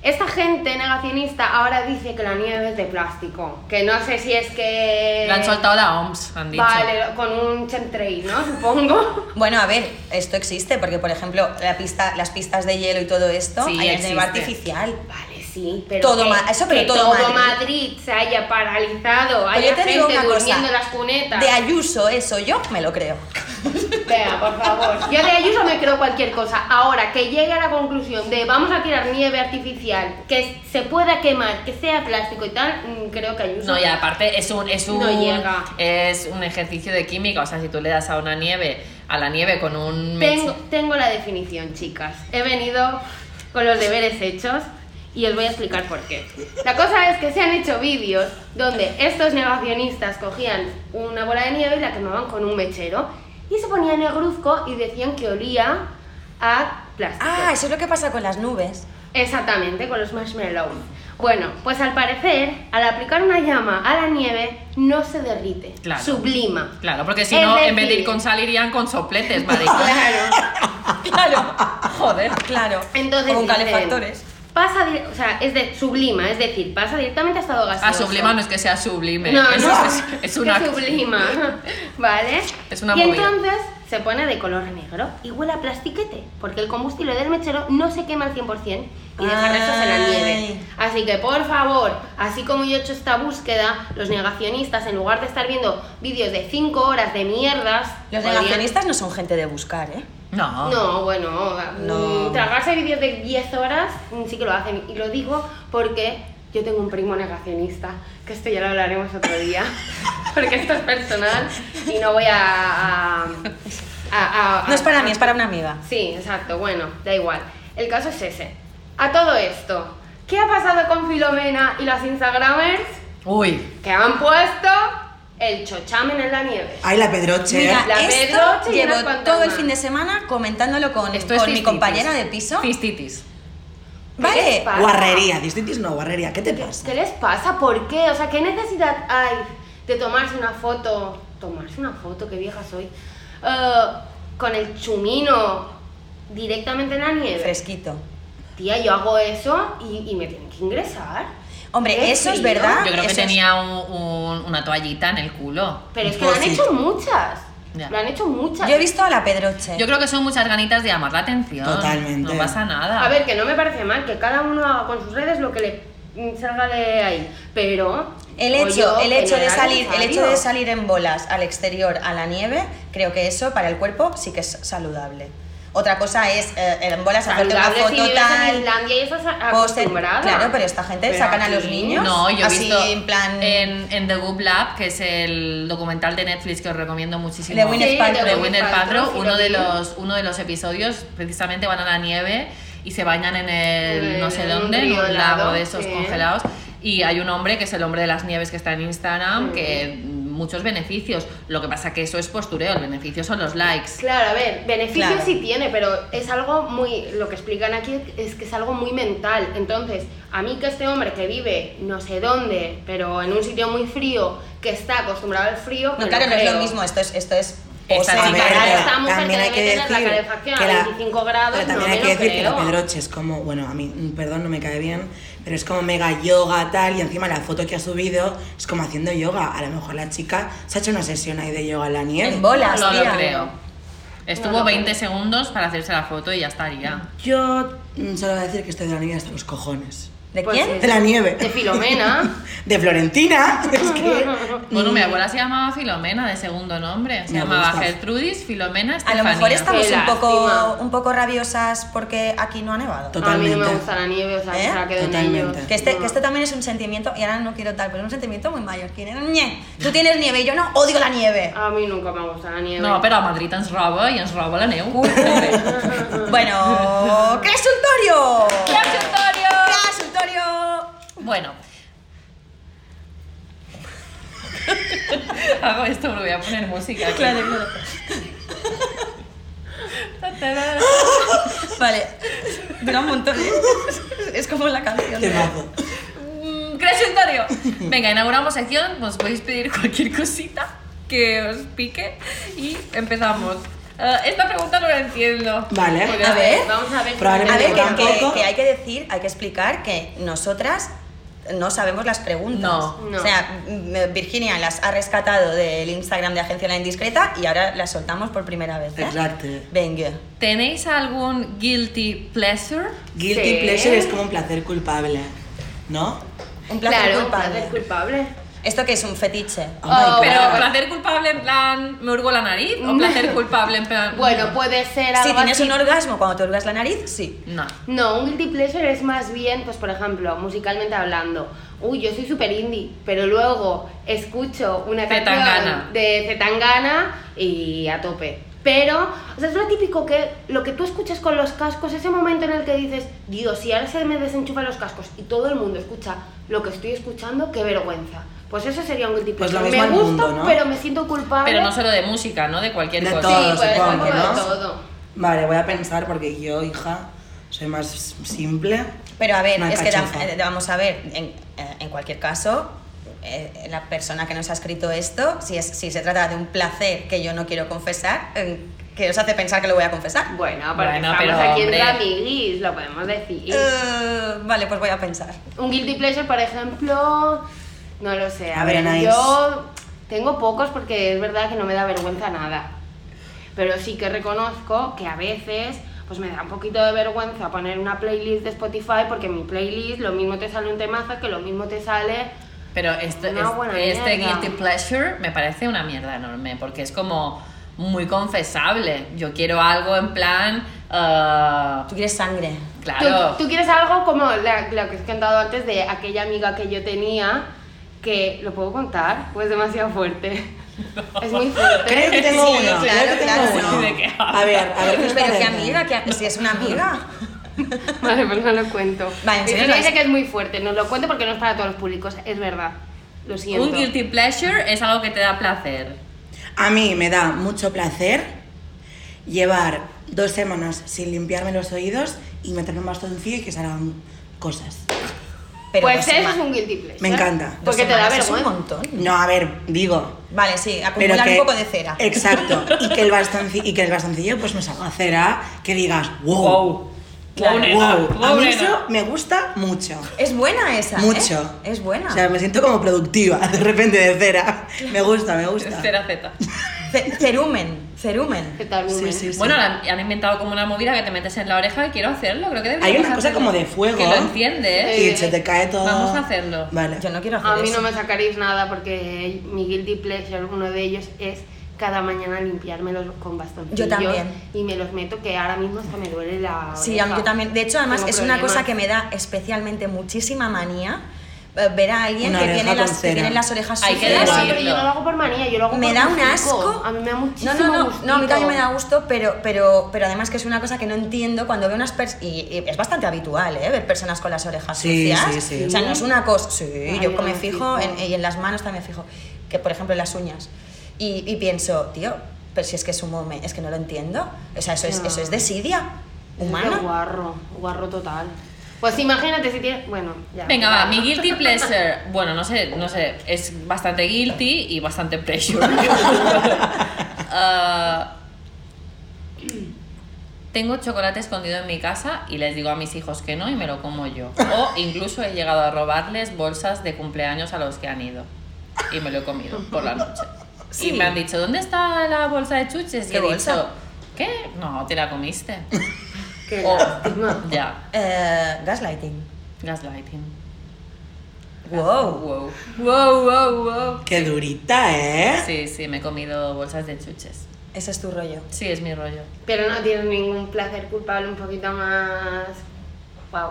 S4: Esta gente negacionista ahora dice que la nieve es de plástico, que no sé si es que...
S2: Le han soltado la OMS, han dicho.
S4: Vale, con un chemtrail, ¿no? Supongo.
S3: Bueno, a ver, esto existe porque, por ejemplo, la pista, las pistas de hielo y todo esto,
S2: Sí,
S3: hay
S2: existe.
S3: nieve artificial.
S4: Vale, sí, pero
S3: Todo
S4: que,
S3: ma- eso, pero
S4: que
S3: todo
S4: Madrid.
S3: Madrid.
S4: se haya paralizado,
S3: Pero
S4: haya
S3: yo te
S4: gente
S3: digo una
S4: durmiendo
S3: cosa,
S4: en las cunetas.
S3: De Ayuso, eso yo me lo creo.
S4: Vea, por favor. Yo de Ayuso me creo cualquier cosa. Ahora, que llegue a la conclusión de vamos a tirar nieve artificial, que se pueda quemar, que sea plástico y tal, mm, creo que Ayuso...
S2: No, y aparte es un, es un,
S4: No llega.
S2: es un ejercicio de química. O sea, si tú le das a una nieve, a la nieve con un
S4: Tengo,
S2: mecho.
S4: tengo la definición, chicas. He venido con los deberes hechos y os voy a explicar por qué. La cosa es que se han hecho vídeos donde estos negacionistas cogían una bola de nieve y la quemaban con un mechero y se ponía negruzco y decían que olía a plástico.
S3: Ah, eso es lo que pasa con las nubes.
S4: Exactamente, con los marshmallows. Bueno, pues al parecer, al aplicar una llama a la nieve, no se derrite,
S2: Claro.
S4: sublima.
S2: Claro, porque si
S4: Es
S2: no, en vez de ir
S4: decir-
S2: con sal, irían con sopletes, maricón.
S4: Claro.
S3: Claro, joder, claro.
S4: Entonces,
S3: con
S4: dicen,
S3: calefactores.
S4: Pasa, di- o sea, es de sublima, es decir, pasa directamente a estado
S2: Ah,
S4: gaseoso.
S2: sublima no es que sea sublime.
S4: No,
S2: es,
S4: no.
S2: es- es un acto.
S4: Que sublima, ¿vale?
S2: Es una
S4: Y
S2: movida.
S4: entonces se pone de color negro y huele a plastiquete, porque el combustible del mechero no se quema al 100% y deja restos en la nieve.
S3: Ay.
S4: Así que, por favor, así como yo he hecho esta búsqueda, los negacionistas, en lugar de estar viendo vídeos de 5 horas de mierdas...
S3: Los
S4: podrían-
S3: negacionistas no son gente de buscar, ¿eh?
S2: No.
S4: no, bueno,
S3: No.
S4: mm, tragarse vídeos de 10 horas mm, sí que lo hacen. Y lo digo porque Yo tengo un primo negacionista, que esto ya lo hablaremos otro día, porque esto es personal y no voy a... a- a- a-
S3: No es para mí, es para una amiga.
S4: Sí, exacto, bueno, da igual. El caso es ese. A todo esto, ¿qué ha pasado con Filomena y las Instagramers
S5: Uy.
S4: que han puesto el chochamen en la nieve?
S5: Ay, la Pedroche. ¿eh?
S3: Mira,
S4: La
S3: esto
S4: Pedroche y
S3: llevo
S4: unas cuantas
S3: todo el
S4: más.
S3: fin de semana comentándolo con,
S2: Esto es
S3: con mi
S2: cistitis.
S3: compañera de piso.
S2: Cistitis.
S3: Vale,
S4: les pasa?
S5: Guarrería, distintis no, guarrería. ¿Qué te pasa?
S4: ¿Qué les pasa? ¿Por qué? O sea, ¿qué necesidad hay de tomarse una foto? Tomarse una foto, qué vieja soy. eh, con el chumino directamente en la nieve.
S3: fresquito.
S4: Tía, yo hago eso y, y me tienen que ingresar.
S3: Hombre,
S4: Qué
S3: eso es
S4: frío.
S3: verdad.
S2: Yo creo que
S3: Ah, eso es-
S2: tenía un- un- una toallita en el culo.
S4: Pero es que
S5: Pues
S4: lo han
S5: sí.
S4: hecho muchas.
S2: Ya.
S4: Lo han hecho muchas.
S3: Yo he visto a la Pedroche.
S2: Yo creo que son muchas ganitas de llamar la atención.
S5: Totalmente.
S2: No pasa nada.
S4: A ver, que no me parece mal que cada uno haga con sus redes lo que le mm, salga de ahí. Pero.
S3: El hecho, el hecho de salir, el hecho de salir en bolas al exterior a la nieve, creo que eso para el cuerpo sí que es saludable. Otra cosa es eh, en bolas hacerte una
S4: Saludable si
S3: foto
S4: vives en
S3: tal.
S4: Islandia y estás a-
S3: poster-
S4: acostumbrada.
S3: Claro, pero esta gente
S4: Pero
S3: sacan a
S4: aquí-
S3: los niños.
S2: No, yo he
S3: así
S2: visto
S3: en plan
S2: en, en The Good Lab, que es el documental de Netflix que os recomiendo muchísimo.
S3: De Gwyneth Sí, Paltrow.
S2: De
S3: de
S2: Gwyneth
S4: Gwyneth
S2: Paltrow,
S4: Paltrow, sí
S2: uno
S4: lo
S2: de
S4: vi.
S2: los uno de los episodios precisamente van a la nieve y se bañan en el
S4: En
S2: no sé
S4: un
S2: dónde, en
S4: río
S2: un lago
S4: helado,
S2: de esos
S4: sí.
S2: congelados y hay un hombre que es el hombre de las nieves que está en Instagram
S4: Sí.
S2: que muchos beneficios. Lo que pasa que eso es postureo, el beneficio son los likes.
S4: Claro, a ver, beneficios
S3: Claro.
S4: sí tiene, pero es algo muy. Lo que explican aquí es que es algo muy mental. Entonces, a mí que este hombre que vive no sé dónde, pero en un sitio muy frío, que está acostumbrado al frío.
S3: No,
S4: que
S3: claro, no es lo
S4: creo.
S3: mismo, esto es, esto es
S2: Esta
S3: pose.
S2: chica
S5: ver,
S2: Claro,
S5: pero
S4: esta mujer que le meten en la calefacción a 25 grados,
S5: pero también
S4: no
S5: hay
S4: me
S5: que
S4: lo
S5: decir que la
S4: creo.
S5: Pedroche es como, bueno, a mí, mm, perdón, no me cae bien, pero es como mega yoga tal, y encima la foto que ha subido es como haciendo yoga. A lo mejor la chica se ha hecho una sesión ahí de yoga en la nieve.
S3: En bolas,
S2: no
S3: tía.
S2: lo creo. Estuvo
S4: No lo
S2: 20 segundos para hacerse la foto y ya estaría.
S5: Yo mm, solo voy a decir que estoy de la nieve hasta los cojones.
S3: ¿De
S4: Pues
S3: quién?
S4: sí.
S5: De la nieve.
S4: De Filomena.
S5: de Florentina. Es que...
S2: Bueno, mi abuela se llamaba Filomena de segundo nombre. Se
S5: Me
S2: llamaba
S5: gusta.
S2: Gertrudis Filomena
S3: A
S2: Estefanía.
S3: lo mejor estamos
S4: Qué
S3: un poco,
S4: lástima.
S3: un poco rabiosas porque aquí no ha nevado.
S5: Total.
S4: A mí no me
S5: Totalmente.
S4: gusta la nieve, o sea,
S3: ¿Eh?
S4: que se la queden
S5: Totalmente.
S4: ellos.
S3: Que este,
S4: No.
S3: que este también es un sentimiento, y ahora no quiero tal, pero es un sentimiento muy mayor. que era, "Ñe, Tú tienes nieve y yo no odio la nieve.
S4: A mí nunca me gusta la nieve.
S2: No, però a Madrid ens roba i ens roba la neu. Sempre.
S3: Bueno, ¡Crashultorio!
S2: Consultorio.
S3: ¡Crashultorio!
S2: Bueno. Hago esto, pero voy a poner música. aquí.
S3: Claro, claro. Vale, dura un montón, ¿eh? Es como la canción.
S5: Qué mazo.
S2: Mm, Crashuntorio. Venga, inauguramos sección. Nos podéis pedir cualquier cosita que os pique y empezamos. Eh, esta pregunta no la entiendo.
S5: Vale.
S2: Porque-
S3: A ver.
S4: Vamos a ver. si
S5: Probablemente
S3: A ver, que,
S5: Tampoco.
S3: que- que hay que decir, hay que explicar que nosotras no sabemos las preguntas.
S2: No.
S4: No.
S3: O sea, m- Virginia las ha rescatado del Instagram de Agencia La Indiscreta y ahora las soltamos por primera vez. ¿eh?
S5: Exacto.
S3: Venga.
S2: ¿Tenéis algún guilty pleasure?
S5: Guilty
S4: Sí.
S5: pleasure es como un placer culpable, ¿no?
S3: Un placer
S4: Claro, un
S3: culpable.
S4: placer culpable.
S3: Esto que es un fetiche.
S5: Oh my God.
S2: Pero placer culpable en plan me hurgo la nariz o placer culpable en plan
S4: Bueno, puede ser algo
S3: Si tienes
S4: así.
S3: un orgasmo cuando te hurgas la nariz, sí.
S2: no.
S4: No, un guilty pleasure es más bien, pues por ejemplo, musicalmente hablando. Uy, yo soy súper indie, pero luego escucho una
S2: Zetangana.
S4: canción de Zetangana y a tope. Pero, o sea, es lo típico que lo que tú escuchas con los cascos, ese momento en el que dices, Dios, si ahora se me desenchufan los cascos y todo el mundo escucha lo que estoy escuchando, qué vergüenza. Pues eso sería un guilty
S5: Pues
S4: pleasure.
S5: lo
S4: me
S5: mismo al
S4: gusta,
S5: mundo, ¿no?
S4: pero me siento culpable.
S2: Pero no solo de música, ¿no? De cualquier
S5: De
S2: cosa.
S5: todo,
S4: Sí, pues,
S5: supongo,
S4: de
S5: ¿no?
S4: todo.
S5: Vale, voy a pensar porque yo, hija, soy más simple.
S3: Pero a ver,
S5: Una
S3: es que tam-
S5: cachofa.
S3: eh, vamos a ver, en, eh, en cualquier caso, eh, la persona que nos ha escrito esto, si, es, si se trata de un placer que yo no quiero confesar, eh, que os hace pensar que lo voy a confesar.
S4: Bueno, porque
S2: Bueno,
S4: estamos
S2: pero,
S4: aquí
S2: hombre.
S4: entre amiguis, lo podemos decir.
S3: Eh, vale, pues voy a pensar.
S4: Un guilty pleasure, por ejemplo, no lo sé. A,
S5: A
S4: ver,
S5: ver, Anaís.
S4: yo tengo pocos porque es verdad que no me da vergüenza nada. Pero sí que reconozco que a veces pues me da un poquito de vergüenza poner una playlist de Spotify porque en mi playlist lo mismo te sale un temazo que lo mismo te sale...
S2: Pero esto,
S4: Una
S2: es-
S4: buena
S2: este
S4: mierda.
S2: guilty pleasure me parece una mierda enorme, porque es como muy confesable. Yo quiero algo en plan... ah,
S3: Tú quieres sangre.
S2: claro.
S4: ¿Tú, tú quieres algo como la- lo que he contado antes de aquella amiga que yo tenía, que lo puedo contar, pues demasiado fuerte. Es muy fuerte.
S5: Creo que tengo
S3: Sí,
S5: uno.
S3: claro,
S5: creo que tengo
S3: claro.
S5: uno.
S2: ¿De qué
S5: A ver, a ver. ¿qué os
S3: Pero qué
S5: parece?
S3: amiga, que, si es una amiga.
S4: Vale, pues no lo cuento.
S3: Vale, en
S4: Mi
S3: serio,
S4: chica
S3: no
S4: dice
S3: es-
S4: que es muy fuerte, no lo cuento porque no es para todos los públicos, es verdad. Lo siento.
S2: Un guilty pleasure es algo que te da placer.
S5: A mí me da mucho placer llevar dos semanas sin limpiarme los oídos y meterme un bastoncillo y que salgan cosas.
S3: Pero
S4: pues
S3: dos
S4: eso
S3: sema-
S4: es un guilty pleasure.
S5: Me encanta.
S3: dos
S4: Porque te da
S3: semanas es un
S4: vergüenza.
S3: montón.
S5: No, a ver, digo.
S3: Vale, sí,
S5: Pero
S3: acumular
S5: que,
S3: un poco de cera.
S5: Exacto. Y que el bastoncillo, y que el bastoncillo pues me salga cera, que digas, wow. Wow.
S2: Claro.
S5: A mí
S2: Wow,
S5: eso me gusta mucho.
S3: Es buena esa. ¿eh?
S5: Mucho.
S3: Es buena.
S5: O sea, me siento como productiva de repente de cera. Me gusta, me gusta.
S2: Cera Z.
S3: Ce- cerumen, cerumen.
S4: Que te
S5: Sí,
S4: abrumen.
S5: sí, sí.
S2: Bueno, la- han inventado como una movida que te metes en la oreja y quiero hacerlo. Creo que
S5: Hay
S2: deberíamos
S5: una cosa
S2: hacerlo.
S5: como de fuego.
S2: Que lo enciendes.
S5: Y se te cae todo.
S2: Vamos a hacerlo.
S5: Vale.
S3: Yo no quiero hacer
S4: A mí
S3: eso.
S4: no me sacaréis nada porque mi guilty pleasure, uno de ellos es cada mañana limpiármelos con bastoncillos.
S3: Yo también.
S4: Y me los meto que ahora mismo hasta me duele la
S3: Sí,
S4: oreja.
S3: a mí yo también. De hecho, además
S4: Tengo
S3: es una cosa
S4: problemas.
S3: que me da especialmente muchísima manía eh, ver a alguien
S5: Una
S3: que
S5: oreja
S3: tiene,
S5: con
S3: las, que
S5: cera.
S3: tiene las orejas
S2: Hay que
S4: Pero
S3: sucias.
S4: no,
S2: decirlo.
S4: pero yo no lo hago por manía, yo lo hago
S3: Me
S4: por
S3: da un
S4: gustico.
S3: asco.
S4: A mí me da muchísimo
S3: No, no, no, no, a mí
S4: gustito.
S3: también me da gusto, pero, pero, pero además que es una cosa que no entiendo cuando veo unas personas. Y, y es bastante habitual, ¿eh? Ver personas con las orejas
S5: Sí,
S3: sucias.
S5: sí, sí.
S3: O sea, no es una cosa. Sí, yo
S4: yo
S3: me
S4: me
S3: fijo,
S4: fijo.
S3: en- y en las manos también fijo, que por ejemplo en las uñas. Y, y pienso, tío, pero si es que es un momen- es que no lo entiendo. O sea, eso es,
S4: No.
S3: eso es desidia
S4: Es de
S3: humana.
S4: guarro, guarro total. Pues imagínate si tienes. Bueno, ya.
S2: Venga, va,
S4: Ya.
S2: mi guilty pleasure. Bueno, no sé, no sé. Es bastante guilty y bastante pleasure. Ah, tengo chocolate escondido en mi casa y les digo a mis hijos que no y me lo como yo. O incluso he llegado a robarles bolsas de cumpleaños a los que han ido. Y me lo he comido por la noche.
S3: Sí.
S2: Y me han dicho, ¿dónde está la bolsa de chuches? Y
S3: ¿Qué
S2: he
S3: bolsa?
S2: dicho, ¿qué? No, te la comiste.
S4: Qué
S2: O,
S4: lástima.
S2: ya,
S3: Eh, gaslighting.
S2: gaslighting.
S3: Wow.
S2: Wow. Wow, wow, wow.
S5: Qué durita, ¿eh?
S2: Sí, sí, me he comido bolsas de chuches.
S3: Ese es tu rollo.
S2: Sí, es mi rollo.
S4: Pero no tienes ningún placer culpable un poquito más. ¡Wow!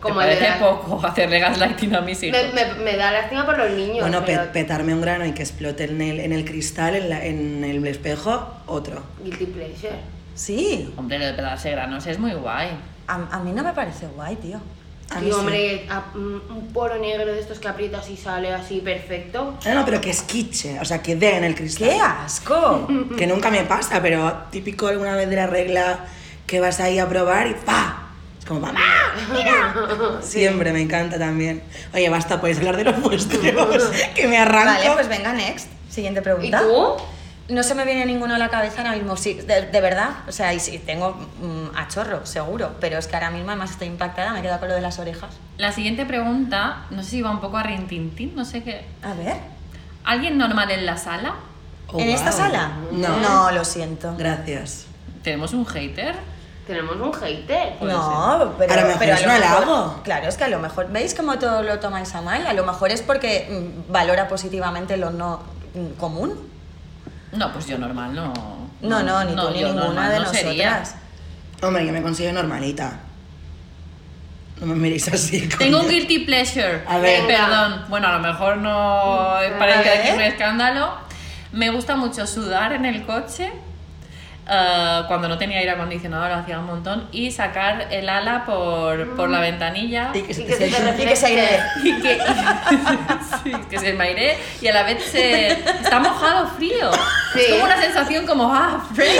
S2: Como
S4: Como
S2: me
S4: el de
S2: parece
S4: la-
S2: poco hacerle gaslighting a mis hijos.
S4: Me, me- me da lástima por los niños.
S5: Bueno, pe-
S4: pero
S5: petarme un grano y que explote en el, en el cristal, en, la- en el espejo, otro.
S4: Guilty pleasure.
S3: Sí.
S2: Hombre, lo de pedarse granos es muy guay.
S3: A, a mí no me parece guay, tío.
S5: A mí
S4: Y
S5: sí.
S4: hombre, a- un un poro negro de estos que aprietas y sale así perfecto.
S5: No, no, pero que esquiche, o sea, que dé en el cristal.
S3: ¡Qué asco!
S5: Que nunca me pasa, pero típico alguna vez de la regla que vas ahí a probar y ¡pa! Es como, ¡mamá!
S3: ¡Ah,
S5: ¡Mira! Siempre me encanta también. Oye, basta, podéis hablar de los vuestros, que me arranco.
S3: Vale, pues venga, next. Siguiente
S4: ¿Y
S3: pregunta.
S4: tú?
S3: No se me viene ninguno a la cabeza ahora mismo, sí, de, de verdad. O sea, y sí, tengo mm, a chorro, seguro. Pero es que ahora mismo además estoy impactada, me he quedado con lo de las orejas.
S2: La siguiente pregunta, no sé si va un poco a rintintín, no sé qué.
S3: A ver.
S2: ¿Alguien normal en la sala?
S5: Oh,
S3: ¿En esta
S5: wow.
S3: sala?
S5: No.
S3: No, lo siento.
S5: Gracias.
S2: ¿Tenemos un hater?
S4: Tenemos un hater.
S2: Puede
S3: no, pero
S5: A lo mejor
S3: pero
S5: es un halago.
S3: Claro, es que a lo mejor, ¿veis cómo todo lo tomáis a mal? A lo mejor es porque mm, valora positivamente lo no mm, común.
S2: No, pues yo normal no.
S3: No, no, ni tú ni
S2: yo
S3: ninguna
S2: normal
S3: de
S2: no sería.
S3: nosotras.
S5: Hombre, yo me considero normalita. No me miréis así. coño.
S2: Tengo un guilty pleasure.
S5: A ver.
S2: Eh, Perdón. Bueno, a lo mejor no parece
S3: ver.
S2: que es un escándalo. Me gusta mucho sudar en el coche. eh, cuando no tenía aire acondicionado lo hacía un montón. Y sacar el ala por, por la ventanilla.
S5: Mm. Y que se
S4: Y
S5: te
S4: que se te
S5: seque.
S3: Y que se aire.
S2: Y que, sí, que se me aire y a la vez se, está mojado frío.
S4: Sí.
S2: Es como una sensación como, ah, fresh.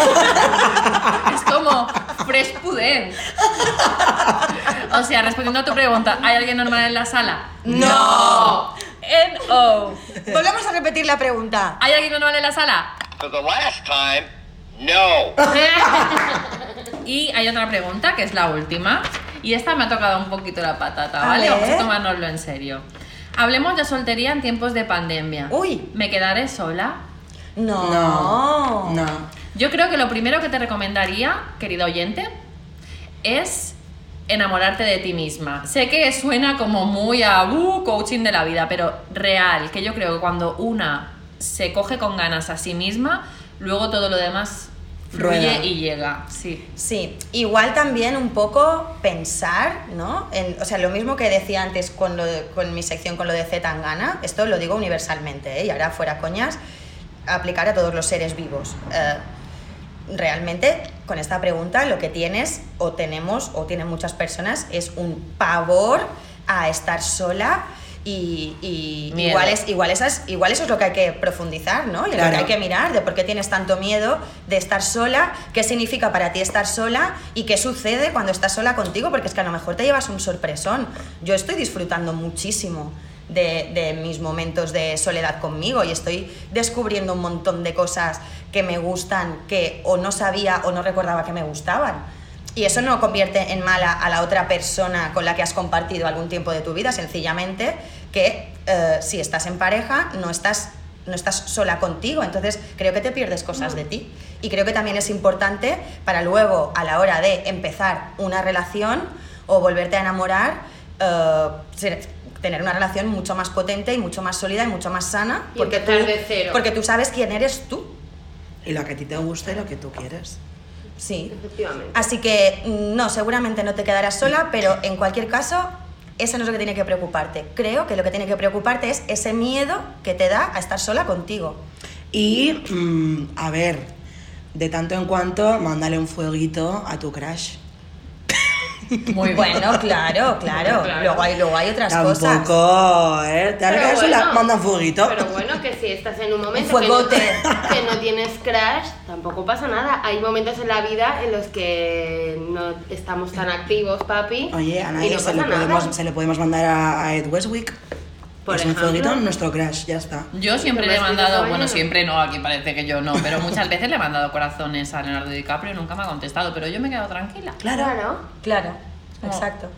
S2: Es como fresh pudén. O sea, respondiendo a tu pregunta, ¿hay alguien normal en la sala?
S3: ¡No!
S2: N-O.
S3: Volvemos a repetir la pregunta.
S2: ¿Hay alguien normal en la sala?
S1: For the last time, no.
S2: Y hay otra pregunta, que es la última. Y esta me ha tocado un poquito la patata,
S3: A
S2: ¿vale?
S3: ver.
S2: Vamos a tomárnoslo en serio. Hablemos de soltería en tiempos de pandemia.
S3: Uy.
S2: ¿Me quedaré sola?
S3: No.
S5: No. No.
S2: Yo creo que lo primero que te recomendaría, querida oyente, es enamorarte de ti misma. Sé que suena como muy a "Uh, coaching de la vida, pero real, que yo creo que cuando una se coge con ganas a sí misma, luego todo lo demás fluye
S3: Rueda.
S2: y llega. Sí.
S3: Sí, igual también un poco pensar, ¿no? En- o sea, lo mismo que decía antes con, lo de- con mi sección con lo de Zetangana, esto lo digo universalmente, ¿eh? y ahora fuera coñas, aplicar a todos los seres vivos. Eh, realmente, con esta pregunta, lo que tienes o tenemos o tienen muchas personas es un pavor a estar sola. Y, y
S2: Miedo.
S3: igual, es, pues igual, esas, igual eso es lo que hay que profundizar, ¿no? Y lo que
S5: Claro.
S3: hay que mirar de por qué tienes tanto miedo de estar sola, qué significa para ti estar sola y qué sucede cuando estás sola contigo, porque es que a lo mejor te llevas un sorpresón. Yo estoy disfrutando muchísimo de, de mis momentos de soledad conmigo y estoy descubriendo un montón de cosas que me gustan, que o no sabía o no recordaba que me gustaban. Y eso no convierte en mala a la otra persona con la que has compartido algún tiempo de tu vida, sencillamente que eh, si estás en pareja no estás no estás sola contigo, entonces creo que te pierdes cosas
S4: Mm.
S3: de ti. Y creo que también es importante para luego, a la hora de empezar una relación o volverte a enamorar, eh, ser- tener una relación mucho más potente y mucho más sólida y mucho más sana.
S4: Y empezar de cero.
S3: porque tú sabes quién eres tú.
S5: Y lo que a ti te gusta y lo que tú quieres.
S3: Sí.
S5: Ah,
S4: Efectivamente.
S3: Así que mm, no, seguramente no te quedarás sola, pero en cualquier caso, eso no es lo que tiene que preocuparte. Creo que lo que tiene que preocuparte es ese miedo que te da a estar sola contigo.
S5: Y, mm, a ver, de tanto en cuanto, mándale un fueguito a tu crush.
S3: Muy bueno, claro, claro.
S4: Claro.
S3: Luego, hay, luego hay otras cosas.
S5: Tampoco, ¿eh? Te
S4: Pero
S5: haré eso y la
S4: bueno,
S5: manda un fueguito.
S4: Pero bueno, que si estás en un momento
S3: Un
S4: que no,
S3: fuegote.
S4: que no tienes crash, tampoco pasa nada. Hay momentos en la vida en los que no estamos tan activos, papi.
S5: Oye, a
S4: y
S5: nadie
S4: no
S5: se,
S4: pasa
S5: lo podemos,
S4: nada.
S5: se lo podemos mandar a, a Ed Westwick.
S4: Por
S5: es
S4: ejemplo.
S5: un fueguito en nuestro crush, ya está.
S2: Yo siempre
S4: Pero
S2: le he
S4: más que
S2: mandado,
S4: esa
S2: bueno,
S4: vaina.
S2: siempre no, aquí parece que yo no, pero muchas veces le he mandado corazones a Leonardo DiCaprio, nunca me ha contestado, pero yo me he quedado tranquila.
S5: Claro.
S3: Claro,
S2: No.
S3: exacto.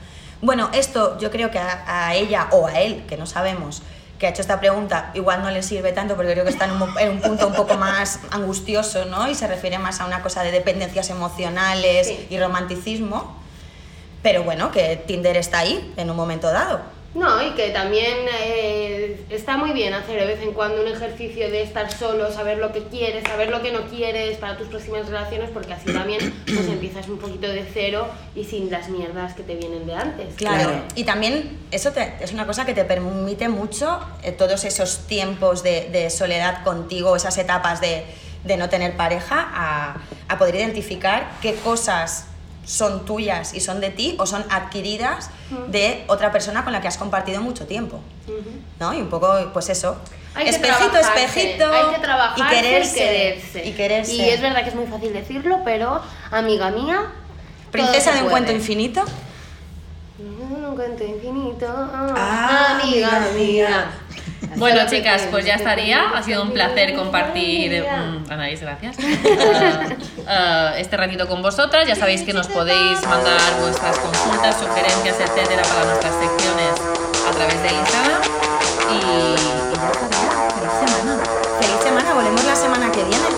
S3: Bueno, esto yo creo que a, a ella o a él, que no sabemos, que ha hecho esta pregunta, igual no le sirve tanto porque creo que está en un, mo- en un punto un poco más angustioso, ¿no? Y se refiere más a una cosa de dependencias emocionales
S4: Sí.
S3: y romanticismo. Pero bueno, que Tinder está ahí en un momento dado.
S4: No, y que también eh, está muy bien hacer de vez en cuando un ejercicio de estar solo, saber lo que quieres, saber lo que no quieres para tus próximas relaciones, porque así también pues empiezas un poquito de cero y sin las mierdas que te vienen de antes.
S3: Claro.
S5: Claro.
S3: Y también eso te- es una cosa que te permite mucho eh, todos esos tiempos de, de soledad contigo, esas etapas de, de no tener pareja, a, a poder identificar qué cosas son tuyas y son de ti o son adquiridas de otra persona con la que has compartido mucho tiempo.
S4: Ujú.
S3: ¿No? Y un poco, pues eso.
S4: Hay que
S3: espejito,
S4: trabajarse,
S3: espejito.
S4: Hay que trabajarse
S3: y quererse.
S4: y quererse.
S3: Y quererse.
S4: Y es verdad que es muy fácil decirlo, pero amiga mía.
S3: Princesa
S4: todo
S3: de
S4: se
S3: un cuento
S4: puede.
S3: infinito.
S4: De Un cuento infinito.
S5: Ah, amiga mía.
S2: Bueno,
S4: Espero que
S2: chicas,
S4: te-
S2: pues ya
S4: te-
S2: estaría. Ha sido un placer compartir. mm, Anaís, gracias. eh, eh, este ratito con vosotras. Ya sabéis que nos podéis mandar vuestras consultas, sugerencias, etcétera, para nuestras secciones a través de Instagram. Y, y ya estaría. Feliz semana.
S3: Feliz semana, volvemos la semana que viene.